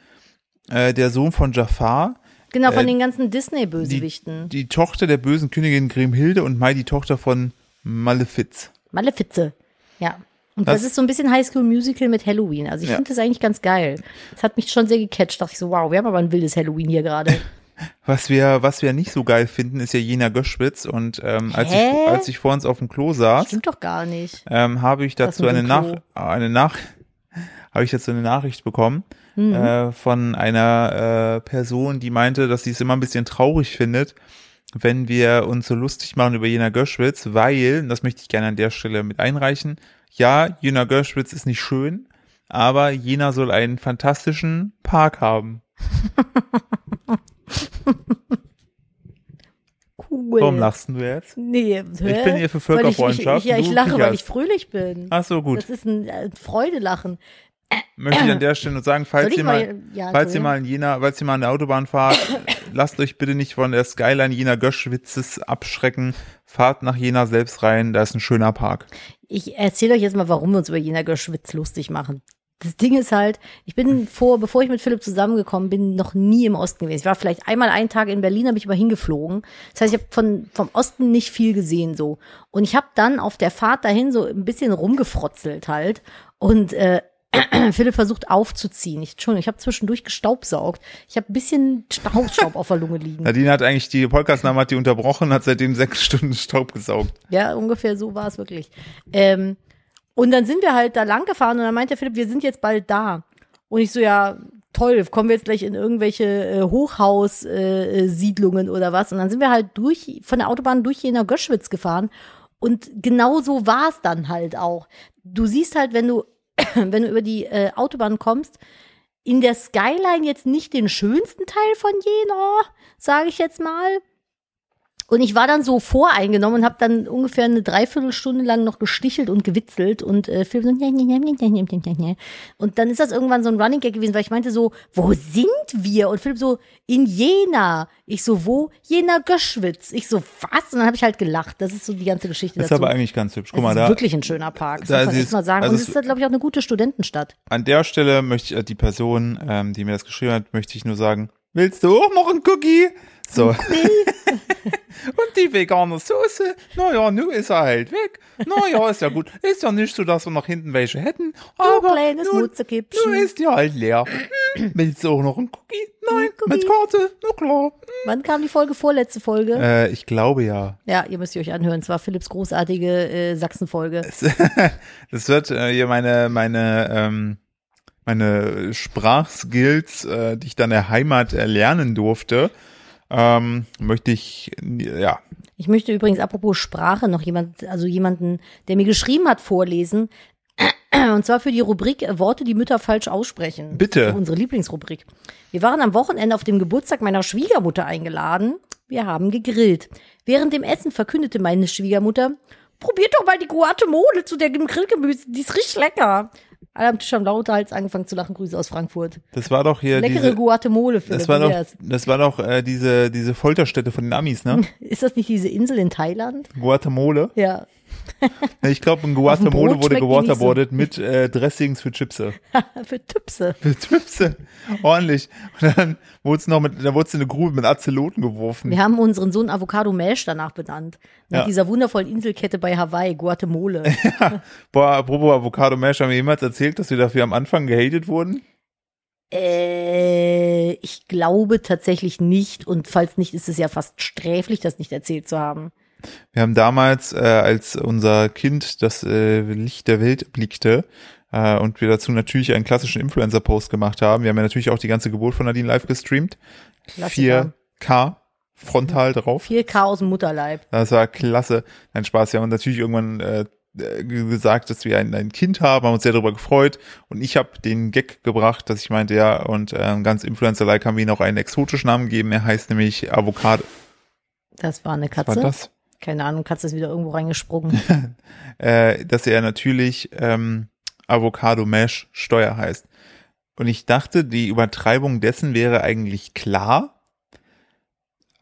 äh, der Sohn von Jafar, Genau, von Äh, den ganzen die, Disney-Bösewichten. die Tochter der bösen Königin Grimhilde und Mai die Tochter von Malefiz. Malefize. Ja. Und das, Das- ist so ein bisschen High School Musical mit Halloween. Also ich Ja. finde das eigentlich ganz geil. Das hat mich schon sehr gecatcht. Dachte ich so, wow, wir haben aber ein wildes Halloween hier gerade. Was wir, was wir nicht so geil finden, ist ja Jena Göschwitz. Und ähm, als, ich, Hä? als ich vor uns auf dem Klo saß, Stimmt doch gar nicht. ähm, habe ich Was dazu mit eine, dem Nach Klo? eine Nach *laughs* habe ich dazu eine Nachricht bekommen Mhm. äh, von einer äh, Person, die meinte, dass sie es immer ein bisschen traurig findet, wenn wir uns so lustig machen über Jena Göschwitz, weil, und das möchte ich gerne an der Stelle mit einreichen, ja, Jena Göschwitz ist nicht schön, aber Jena soll einen fantastischen Park haben. Cool. Warum lachst du jetzt? Nee, hä? bin hier für Weil ich- Völkerfreundschaft, Ich, ich, ja, ich du lache, weil kicherst. ich fröhlich bin. Ach so, gut. Das ist ein äh, Freudelachen. Möchte ich an der Stelle nur sagen, falls ich ihr mal- mal, ja, falls ihr Entschuldigung. mal in Jena, falls ihr mal an der Autobahn fahrt, *coughs* lasst euch bitte nicht von der Skyline Jena Göschwitzes abschrecken. Fahrt nach Jena selbst rein, da ist ein schöner Park. Mhm. Ich erzähle euch jetzt mal, warum wir uns über Jena Geschwitz lustig machen. Das Ding ist halt, ich bin vor, bevor ich mit Philipp zusammengekommen bin, noch nie im Osten gewesen. Ich war vielleicht einmal einen Tag in Berlin, habe ich aber hingeflogen. Das heißt, ich habe von, vom Osten nicht viel gesehen so. Und ich habe dann auf der Fahrt dahin so ein bisschen rumgefrotzelt halt. Und äh, *clears throat* Philipp versucht aufzuziehen. Ich, Entschuldigung, ich habe zwischendurch gestaubsaugt. Ich habe ein bisschen Staubstaub auf der Lunge liegen. Nadine hat eigentlich die Podcast-Name hat die unterbrochen, hat seitdem sechs *laughs* Stunden Staub gesaugt. Ja, ungefähr so war es wirklich. Ähm, und dann sind wir halt da lang gefahren und dann meinte Philipp, wir sind jetzt bald da. Und ich so, ja, toll, kommen wir jetzt gleich in irgendwelche äh, Hochhaussiedlungen äh, Siedlungen oder was. Und dann sind wir halt durch von der Autobahn durch Jena Göschwitz gefahren. Und genau so war es dann halt auch. Du siehst halt, wenn du, *clears throat* wenn du über die äh, Autobahn kommst, in der Skyline jetzt nicht den schönsten Teil von Jena, sage ich jetzt mal. Und ich war dann so voreingenommen und habe dann ungefähr eine Dreiviertelstunde lang noch gestichelt und gewitzelt und äh, Philipp so, "Nja, nja, nja, nja, nja, nja, nja, nja." und dann ist das irgendwann so ein Running Gag gewesen, weil ich meinte so, wo sind wir? Und Philipp so, in Jena. Ich so, wo? Jena Göschwitz. Ich so, was? Und dann habe ich halt gelacht. Das ist so die ganze Geschichte Das ist dazu. aber eigentlich ganz hübsch. Guck Es mal, ist da, wirklich ein schöner Park, das da muss man ist- echt mal sagen. also und es es- ist, glaube ich, auch eine gute Studentenstadt. an der Stelle möchte ich, äh, die Person, ähm, die mir das geschrieben hat, möchte ich nur sagen, willst du auch noch einen Cookie? So. *laughs* Und die vegane Soße, naja, nu ist er halt weg. Naja, ist ja gut. Ist ja nicht so, dass wir nach hinten welche hätten. Aber kleines nun, Mutzekippchen. nun ist die halt leer. Hm, Willst du auch noch einen Cookie? Mhm. Nein. Mit Kuckucki. Karte, na klar. Wann kam die Folge? Vorletzte Folge? Äh, ich glaube ja. Ja, ihr müsst sie euch anhören. Es war Philipps großartige äh, Sachsen-Folge. Das wird äh, hier meine, meine, ähm, meine Sprachskills, äh, die ich dann in der Heimat erlernen durfte, ähm, möchte ich, ja, Ich möchte übrigens apropos Sprache noch jemand, also jemanden, der mir geschrieben hat, vorlesen. Und zwar für die Rubrik äh, Worte, die Mütter falsch aussprechen. Bitte. Unsere Lieblingsrubrik. Wir waren am Wochenende auf dem Geburtstag meiner Schwiegermutter eingeladen. Wir haben gegrillt. Während dem Essen verkündete meine Schwiegermutter, probiert doch mal die Guatemole zu der Grillgemüse, die ist richtig lecker. Alle am Tisch haben lauthals angefangen zu lachen. Grüße aus Frankfurt. das war doch hier Leckere diese, Guatemole, Philipp. das war wie doch, wär's? das war doch äh, diese, diese Folterstätte von den Amis, ne? *laughs* Ist das nicht diese Insel in Thailand? Guatemole. Ja. *laughs* Ich glaube, in dem Guatemole wurde Brot schmeckt die nicht so. gewaterboardet mit äh, Dressings für Chipse. Für Tüpse. Für Chipse. Ordentlich. Und dann wurde es noch mit, dann wurde in eine Grube mit Azeloten geworfen. Wir haben unseren Sohn Avocado Mash danach benannt. Nach Ja. dieser wundervollen Inselkette bei Hawaii, *laughs* Guatemala. Boah, apropos Avocado Mash, haben wir jemals erzählt, dass wir dafür am Anfang gehatet wurden? äh, ich glaube tatsächlich nicht. Und falls nicht, ist es ja fast sträflich, das nicht erzählt zu haben. Wir haben damals, äh, als unser Kind das äh, Licht der Welt blickte äh, und wir dazu natürlich einen klassischen Influencer-Post gemacht haben, wir haben ja natürlich auch die ganze Geburt von Nadine live gestreamt. Klassiker. 4K frontal drauf. 4K aus dem Mutterleib. Das war klasse. Nein, Spaß. Wir haben natürlich irgendwann äh, äh, gesagt, dass wir ein, ein Kind haben, haben uns sehr darüber gefreut. Und ich habe den Gag gebracht, dass ich meinte, ja, und ähm, ganz Influencer-like haben wir ihm auch einen exotischen Namen gegeben. Er heißt nämlich Avocado. Das war eine Was war Katze. das? Keine Ahnung, Katze ist wieder irgendwo reingesprungen. Äh, dass er natürlich ähm, Avocado Mash Steuer heißt. Und ich dachte, die Übertreibung dessen wäre eigentlich klar.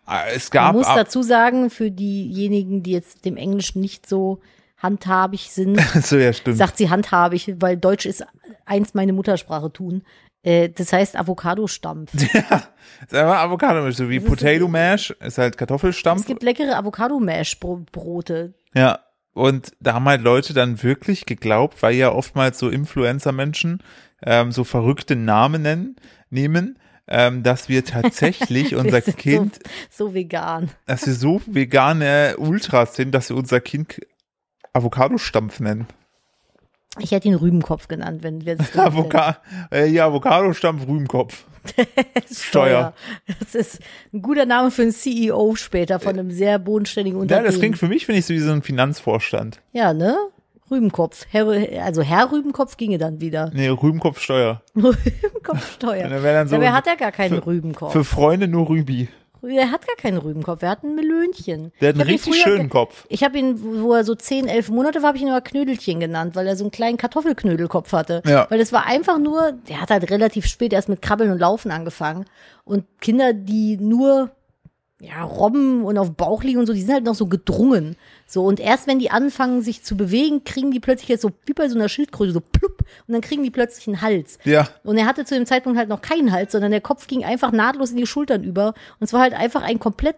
Äh, Es *laughs* Man gab muss ab, dazu sagen, für diejenigen, die jetzt dem Englischen nicht so handhabig sind, *laughs* so ja stimmt. sagt sie handhabig, weil Deutsch ist eins meine Muttersprache tun. Äh, das heißt Avocado-Stampf. Es ist einfach Avocado Mash, so wie Das ist- Potato Mash ist halt Kartoffelstampf. Es gibt leckere Avocado-Mash-Brote. Ja, und da haben halt Leute dann wirklich geglaubt, weil ja oftmals so Influencer-Menschen ähm, so verrückte Namen nennen, nehmen, ähm, dass wir *laughs* tatsächlich unser sind so- Kind, So vegan. dass wir so vegane Ultras sind, dass wir unser Kind Avocado-Stampf nennen. Ich hätte ihn Rübenkopf genannt, wenn *laughs* wir es Avoca äh, ja, Avocado-Stampf, *laughs* Rübenkopf. Steuer. Das ist ein guter Name für einen CEO später von einem sehr bodenständigen Äh. Ja, Unternehmen. das klingt für mich, finde ich, so wie so ein Finanzvorstand. Ja, ne? Rübenkopf. Herr, also Herr Rübenkopf ginge dann wieder. *laughs* Nee, Rübenkopf-Steuer. Rübenkopfsteuer. Und dann wäre dann so- Dabei hat er gar keinen für- Rübenkopf. Für Freunde nur Rübi. er hat gar keinen Rübenkopf. Er hat ein Melönchen. Der hat einen Ich hab ihn richtig früher schönen ge- Kopf. Ich habe ihn, wo er so 10, 11 Monate war, habe ich ihn immer Knödelchen genannt, weil er so einen kleinen Kartoffelknödelkopf hatte. Ja. Weil es war einfach nur, der hat halt relativ spät erst mit Krabbeln und Laufen angefangen. Und Kinder, die nur ja, robben und auf dem Bauch liegen und so, die sind halt noch so gedrungen. So, und erst wenn die anfangen, sich zu bewegen, kriegen die plötzlich jetzt so, wie bei so einer Schildkröte, so plupp, und dann kriegen die plötzlich einen Hals. Ja. Und er hatte zu dem Zeitpunkt halt noch keinen Hals, sondern der Kopf ging einfach nahtlos in die Schultern über. Und es war halt einfach ein komplett,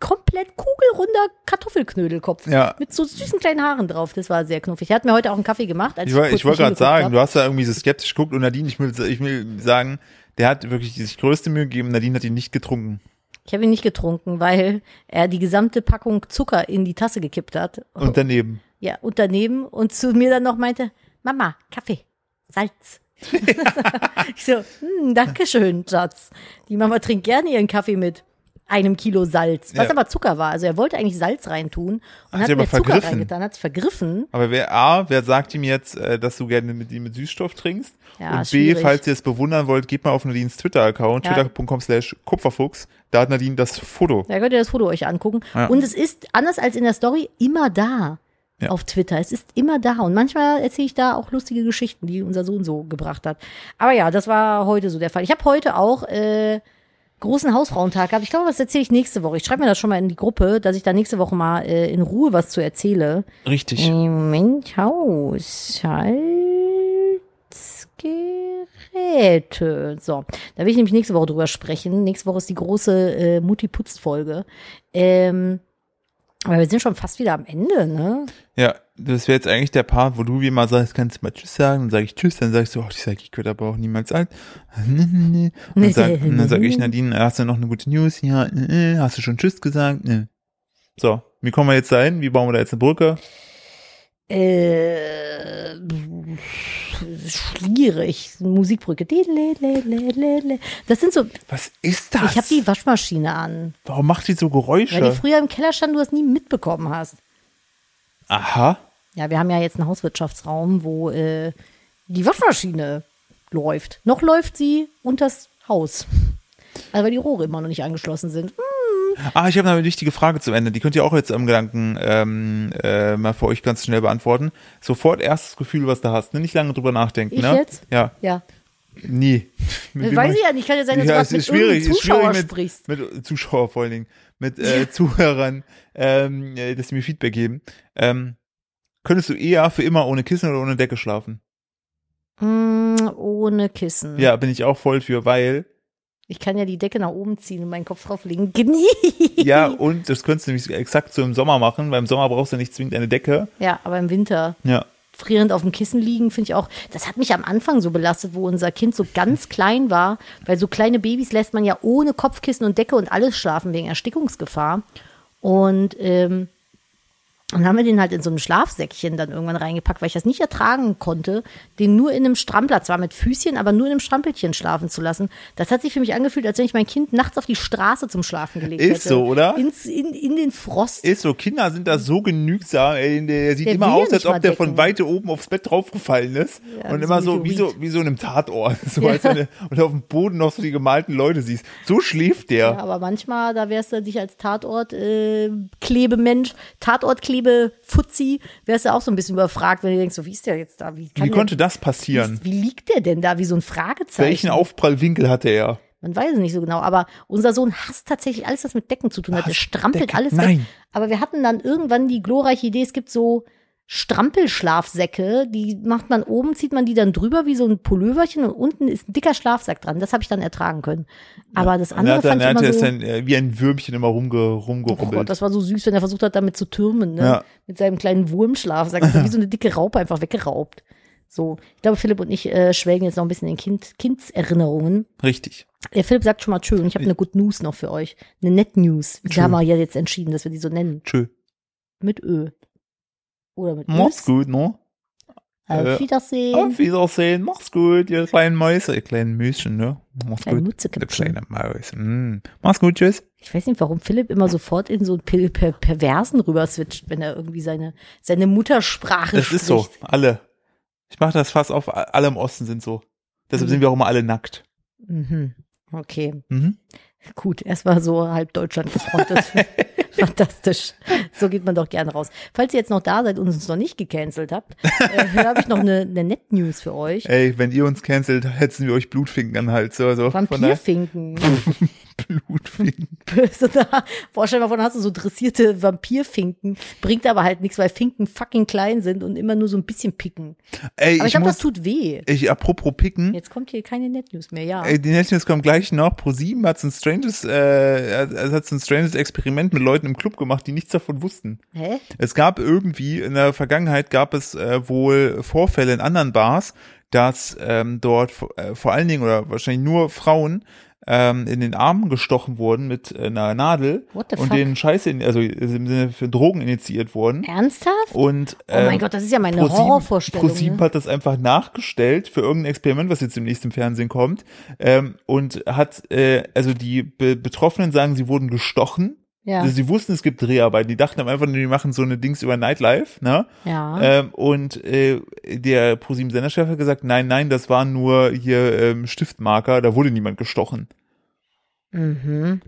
komplett kugelrunder Kartoffelknödelkopf. Ja. Mit so süßen kleinen Haaren drauf. Das war sehr knuffig. Er hat mir heute auch einen Kaffee gemacht. Als Ich, woll- kurz ich wollte gerade nicht hingeguckt sagen, hab. du hast da irgendwie so skeptisch geguckt und Nadine, ich will, ich will sagen, der hat wirklich sich größte Mühe gegeben, Nadine hat ihn nicht getrunken. Ich habe ihn nicht getrunken, weil er die gesamte Packung Zucker in die Tasse gekippt hat. Und daneben. ja, und daneben. Und zu mir dann noch meinte, Mama, Kaffee, *laughs* Salz. ich so, hm, danke schön, Schatz. Die Mama trinkt gerne ihren Kaffee mit einem Kilo Salz, was Ja. aber Zucker war. Also er wollte eigentlich Salz reintun und hat sie aber mir Zucker vergriffen. reingetan, hat es vergriffen. Aber wer A, wer sagt ihm jetzt, äh, dass du gerne mit ihm mit Süßstoff trinkst? Ja, und B, schwierig. falls ihr es bewundern wollt, geht mal auf Nadines Twitter-Account, Ja. twitter.com slash kupferfuchs. Da hat Nadine das Foto. Da könnt ihr das Foto euch angucken. Ja. Und es ist, anders als in der Story, immer da Ja. auf Twitter. Es ist immer da. Und manchmal erzähle ich da auch lustige Geschichten, die unser Sohn so gebracht hat. Aber ja, das war heute so der Fall. Ich habe heute auch äh, großen Hausfrauentag gehabt. Ich glaube, das erzähle ich nächste Woche. Ich schreibe mir das schon mal in die Gruppe, dass ich da nächste Woche mal äh, in Ruhe was zu erzähle. Mhm. Richtig. Moment, Haus, Geräte. So, da will ich nämlich nächste Woche drüber sprechen. Nächste Woche ist die große äh, Mutti-Putzt-Folge. Ähm, aber wir sind schon fast wieder am Ende, ne? Ja, das wäre jetzt eigentlich der Part, wo du wie immer sagst, kannst du mal Tschüss sagen, dann sage ich Tschüss, dann sagst du, oh, dieser Geek wird aber auch niemals alt. *laughs* Und dann sage sag ich Nadine, hast du noch eine gute News? Ja, äh, äh, hast du schon Tschüss gesagt? Nee. So, wie kommen wir jetzt dahin? Wie bauen wir da jetzt eine Brücke? Äh, schwierig. Musikbrücke. Das sind so. Was ist das? Ich habe die Waschmaschine an. Warum macht die so Weil die Geräusche? früher im Keller stand, du es nie mitbekommen hast. Aha. Ja, wir haben ja jetzt einen Hauswirtschaftsraum, wo äh, die Waschmaschine läuft. Noch läuft sie unters Haus. Also weil die Rohre immer noch nicht angeschlossen sind. Hm, Ah, ich habe noch eine wichtige Frage zum Ende. Die könnt ihr auch jetzt am Gedanken ähm, äh, mal für euch ganz schnell beantworten. Sofort erstes Gefühl, was du hast. Ne? Nicht lange drüber nachdenken. Ich ne? jetzt? Ja, Ja. nie. *laughs* Mit wem Weiß hab ich ja nicht. Kann ja sein, dass ja, es du was mit ist schwierig, irgendeinem es ist schwierig Zuschauer sprichst. mit, mit Zuschauer vor allen Dingen, mit äh, Zuhörern, ähm, äh, dass sie mir Feedback geben. Ähm, könntest du eher für immer ohne Kissen oder ohne Decke schlafen? Mm, ohne Kissen. Ja, bin ich auch voll für, weil *laughs* Ich kann ja die Decke nach oben ziehen und meinen Kopf drauflegen. *laughs* Genie. ja und das könntest du nämlich exakt so im Sommer machen. Beim Sommer brauchst du nicht zwingend eine Decke. Ja, aber im Winter. Ja, frierend auf dem Kissen liegen, finde ich auch, das hat mich am Anfang so belastet, wo unser Kind so *laughs* ganz klein war, weil so kleine Babys lässt man ja ohne Kopfkissen und Decke und alles schlafen wegen Erstickungsgefahr. Und ähm, dann haben wir den halt in so einem Schlafsäckchen dann irgendwann reingepackt, weil ich das nicht ertragen konnte, den nur in einem Strampler, zwar mit Füßchen, aber nur in einem Strampelchen schlafen zu lassen. Das hat sich für mich angefühlt, als wenn ich mein Kind nachts auf die Straße zum Schlafen gelegt hätte. Ist so, oder? Ins, in, in den Frost. ist so. Kinder sind da so genügsam. Ey, der, sieht Der immer will aus, ja als nicht mal ob der von decken. weite oben aufs Bett draufgefallen ist Ja, und wie immer so so ein wie so Meteorit. wie so in einem Tatort, *laughs* so Ja. als wenn du- und auf dem Boden noch so die gemalten Leute siehst. So schläft der. Ja, aber manchmal, da wärst du dich als Tatort äh, Klebemensch, Tatort Klebe Fuzzi, wärst du auch so ein bisschen überfragt, wenn du denkst, so wie ist der jetzt da? Wie, kann Wie der, konnte das wie, passieren? ist- wie liegt der denn da? Wie so ein Fragezeichen? Welchen Aufprallwinkel hatte er? Man weiß es nicht so genau, aber unser Sohn hasst tatsächlich alles, was mit Decken zu tun hat. Er Was? strampelt Decke? alles weg. Nein. Aber wir hatten dann irgendwann die glorreiche Idee, es gibt so Strampelschlafsäcke, die macht man oben, zieht man die dann drüber wie so ein Pulloverchen und unten ist ein dicker Schlafsack dran. Das habe ich dann ertragen können. Aber das Und er andere hat dann, fand ich er hat immer so ist dann äh, wie ein Würmchen immer rumge, Oh Gott, rumgerubbelt. das war so süß, wenn er versucht hat, damit zu türmen, ne? Ja. Mit seinem kleinen Wurmschlaf, sagt er, wie so eine dicke Raupe einfach weggeraubt. So, ich glaube, Philipp und ich äh, schwelgen jetzt noch ein bisschen in kind, Kindserinnerungen. Richtig. Der Philipp sagt schon mal tschö und ich habe eine Good News noch für euch. Eine Net News. Tschö. Wir haben wir ja jetzt entschieden, dass wir die so nennen. Tschö. Mit Ö. Oder mit Mach's Ös. gut, ne? Auf Ja. Wiedersehen. Auf Wiedersehen. Mach's gut, ihr kleinen Mäuse, ihr kleinen Müschen, ne? Mach's Kleine gut. Mutze Ihr kleine Maus. Mm. Mach's gut, tschüss. Ich weiß nicht, warum Philipp immer sofort in so einen per per Perversen rüber switcht, wenn er irgendwie seine, seine Muttersprache Das spricht. ist so. Alle. Ich mache das fast auf. Alle im Osten sind so. Deshalb Mhm. sind wir auch immer alle nackt. Mhm. Okay. Mhm. Gut, erstmal so halb Deutschland gefrontet. *laughs* Fantastisch. So geht man doch gerne raus. Falls ihr jetzt noch da seid und uns noch nicht gecancelt habt, äh, habe ich noch eine, eine Net-News für euch. Ey, wenn ihr uns cancelt, hetzen wir euch Blutfinken an den Hals. Also von der Vampirfinken. *laughs* *laughs* Blutfinken. So da- Boah, stell dir mal vor, dann hast du so dressierte Vampirfinken. Bringt aber halt nichts, weil Finken fucking klein sind und immer nur so ein bisschen picken. Ey, Aber ich, ich, glaub, das muss. tut weh. Ich apropos picken. Jetzt kommt hier keine Net-News mehr, ja. Ey, Äh, die Netflix kommt gleich noch. Pro 7 hat so ein stranges, äh, es hat so ein stranges Experiment mit Leuten im Club gemacht, die nichts davon wussten. Hä? Es gab irgendwie, in der Vergangenheit gab es äh, wohl Vorfälle in anderen Bars, dass ähm, dort v- äh, vor allen Dingen oder wahrscheinlich nur Frauen ähm, in den Armen gestochen wurden mit äh, einer Nadel What the und fuck? denen Scheiße, in, also im Sinne für Drogen initiiert wurden. Ernsthaft? Und, Oh mein ähm, Gott, das ist ja meine ProSieben- Horrorvorstellung. ProSieben ne? hat das einfach nachgestellt für irgendein Experiment, was jetzt im nächsten Fernsehen kommt. Ähm, und hat, äh, also die Be Betroffenen sagen, sie wurden gestochen. Ja. Also sie wussten, es gibt Dreharbeiten. Die dachten am einfach, nur, die machen so eine Dings über Nightlife, ne? Ja. Ähm, und äh, der ProSieben Senderchef hat gesagt, nein, nein, das waren nur hier ähm, Stiftmarker, da wurde niemand gestochen. Mhm.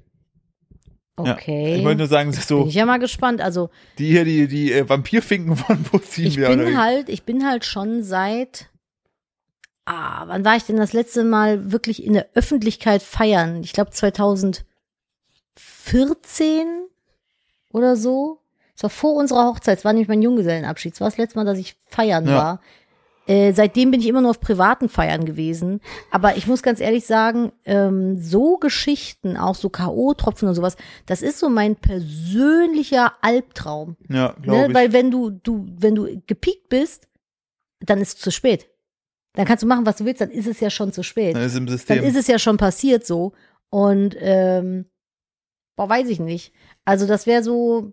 Ja. Okay. Ich wollte nur sagen, das ist Bin so, ich ja mal gespannt. Also die hier, die, die äh, Vampirfinken von ProSieben ich wieder bin unterwegs. halt, ich bin halt schon seit. Ah, wann war ich denn das letzte Mal wirklich in der Öffentlichkeit feiern? Ich glaube 2014 oder so. Es war vor unserer Hochzeit, es war nämlich mein Junggesellenabschied. Es war das letzte Mal, dass ich feiern Ja. war. Äh, seitdem bin ich immer nur auf privaten Feiern gewesen. Aber ich muss ganz ehrlich sagen, ähm, so Geschichten, auch so K.O.-Tropfen und sowas, das ist so mein persönlicher Albtraum. Ja, Ne? glaube ich. Weil wenn du, du, wenn du gepiekt bist, dann ist es zu spät. Dann kannst du machen, was du willst, dann ist es ja schon zu spät. Dann ist im Dann System. ist es ja schon passiert so. Und ähm, boah, weiß ich nicht. Also das wäre so,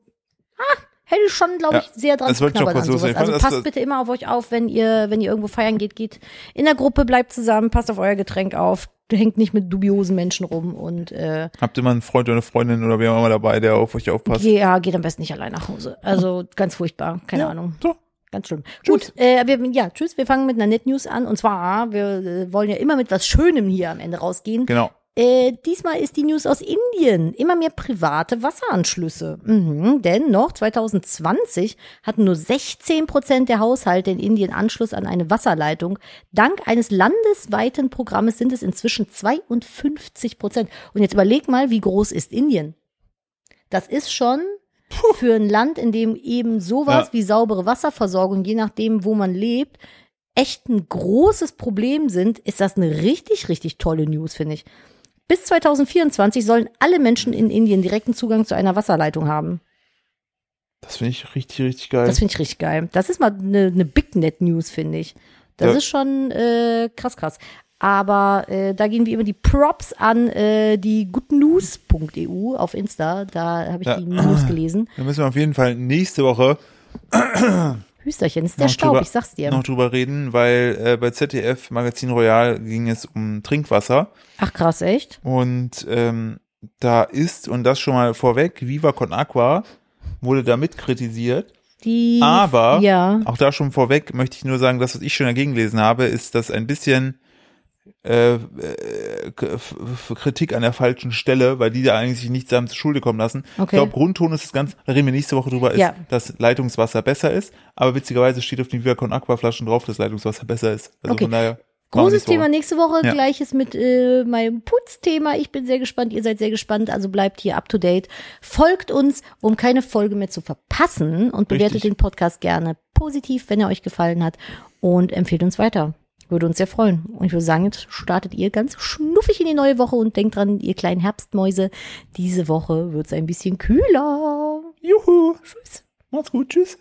ah, hätte ich schon, glaube Ja, ich, sehr dran das wollte ich auch geknabbert kurz an sowas. loswerden. Ich fand, Also das- passt das- bitte immer auf euch auf, wenn ihr, wenn ihr irgendwo feiern geht, geht in der Gruppe, bleibt zusammen, passt auf euer Getränk auf, hängt nicht mit dubiosen Menschen rum und äh, Habt ihr mal einen Freund oder eine Freundin oder wer auch immer dabei, der auf euch aufpasst? geh- ja, geht am besten nicht allein nach Hause. Also ganz furchtbar, keine Ahnung. So. Ganz schlimm. Tschüss. Gut, äh, wir, ja, tschüss. Wir fangen mit einer Net News an. Und zwar, wir äh, wollen ja immer mit was Schönem hier am Ende rausgehen. Genau. Äh, diesmal ist die News aus Indien. Immer mehr private Wasseranschlüsse. Mhm, denn noch 2020 hatten nur 16 Prozent der Haushalte in Indien Anschluss an eine Wasserleitung. Dank eines landesweiten Programmes sind es inzwischen 52 Prozent. Und jetzt überleg mal, wie groß ist Indien? Das ist schon für ein Land, in dem eben sowas Ja. wie saubere Wasserversorgung, je nachdem, wo man lebt, echt ein großes Problem sind, ist das eine richtig, richtig tolle News, finde ich. Bis 2024 sollen alle Menschen in Indien direkten Zugang zu einer Wasserleitung haben. Das finde ich richtig, richtig geil. Das finde ich richtig geil. Das ist mal eine ne Big Net News, finde ich. Das Ja. ist schon äh, krass, krass. Aber äh, da gehen wie immer die Props an äh, die goodnews.eu auf Insta. Da habe ich Ja. die News gelesen. da müssen wir auf jeden Fall nächste Woche Hüsterchen, ist der Noch Staub, drüber- ich sag's dir. noch drüber reden, weil äh, bei ZDF Magazin Royal ging es um Trinkwasser Ach krass, echt? und ähm, da ist, und das schon mal vorweg, Viva Con Aqua wurde damit kritisiert. Die, Aber ja. auch da schon vorweg möchte ich nur sagen, das, was ich schon dagegen gelesen habe, ist, dass ein bisschen äh, äh, k- f- f- Kritik an der falschen Stelle, weil die da eigentlich sich nichts haben zur Schulde kommen lassen. Ich Okay. glaube, Grundton ist das Ganze, da reden wir nächste Woche drüber, ist, Ja. dass Leitungswasser besser ist, aber witzigerweise steht auf den Viacon Aqua Flaschen drauf, dass Leitungswasser besser ist. Also Okay. von daher. machen wir Großes nächste Woche. Thema nächste Woche, Ja. gleiches mit äh, meinem Putzthema. Ich bin sehr gespannt, ihr seid sehr gespannt, also bleibt hier up to date. Folgt uns, um keine Folge mehr zu verpassen und bewertet Richtig. den Podcast gerne positiv, wenn er euch gefallen hat und empfehlt uns weiter. Würde uns sehr freuen. Und ich würde sagen, jetzt startet ihr ganz schnuffig in die neue Woche und denkt dran, ihr kleinen Herbstmäuse, diese Woche wird es ein bisschen kühler. Juhu. Tschüss. Macht's gut. Tschüss.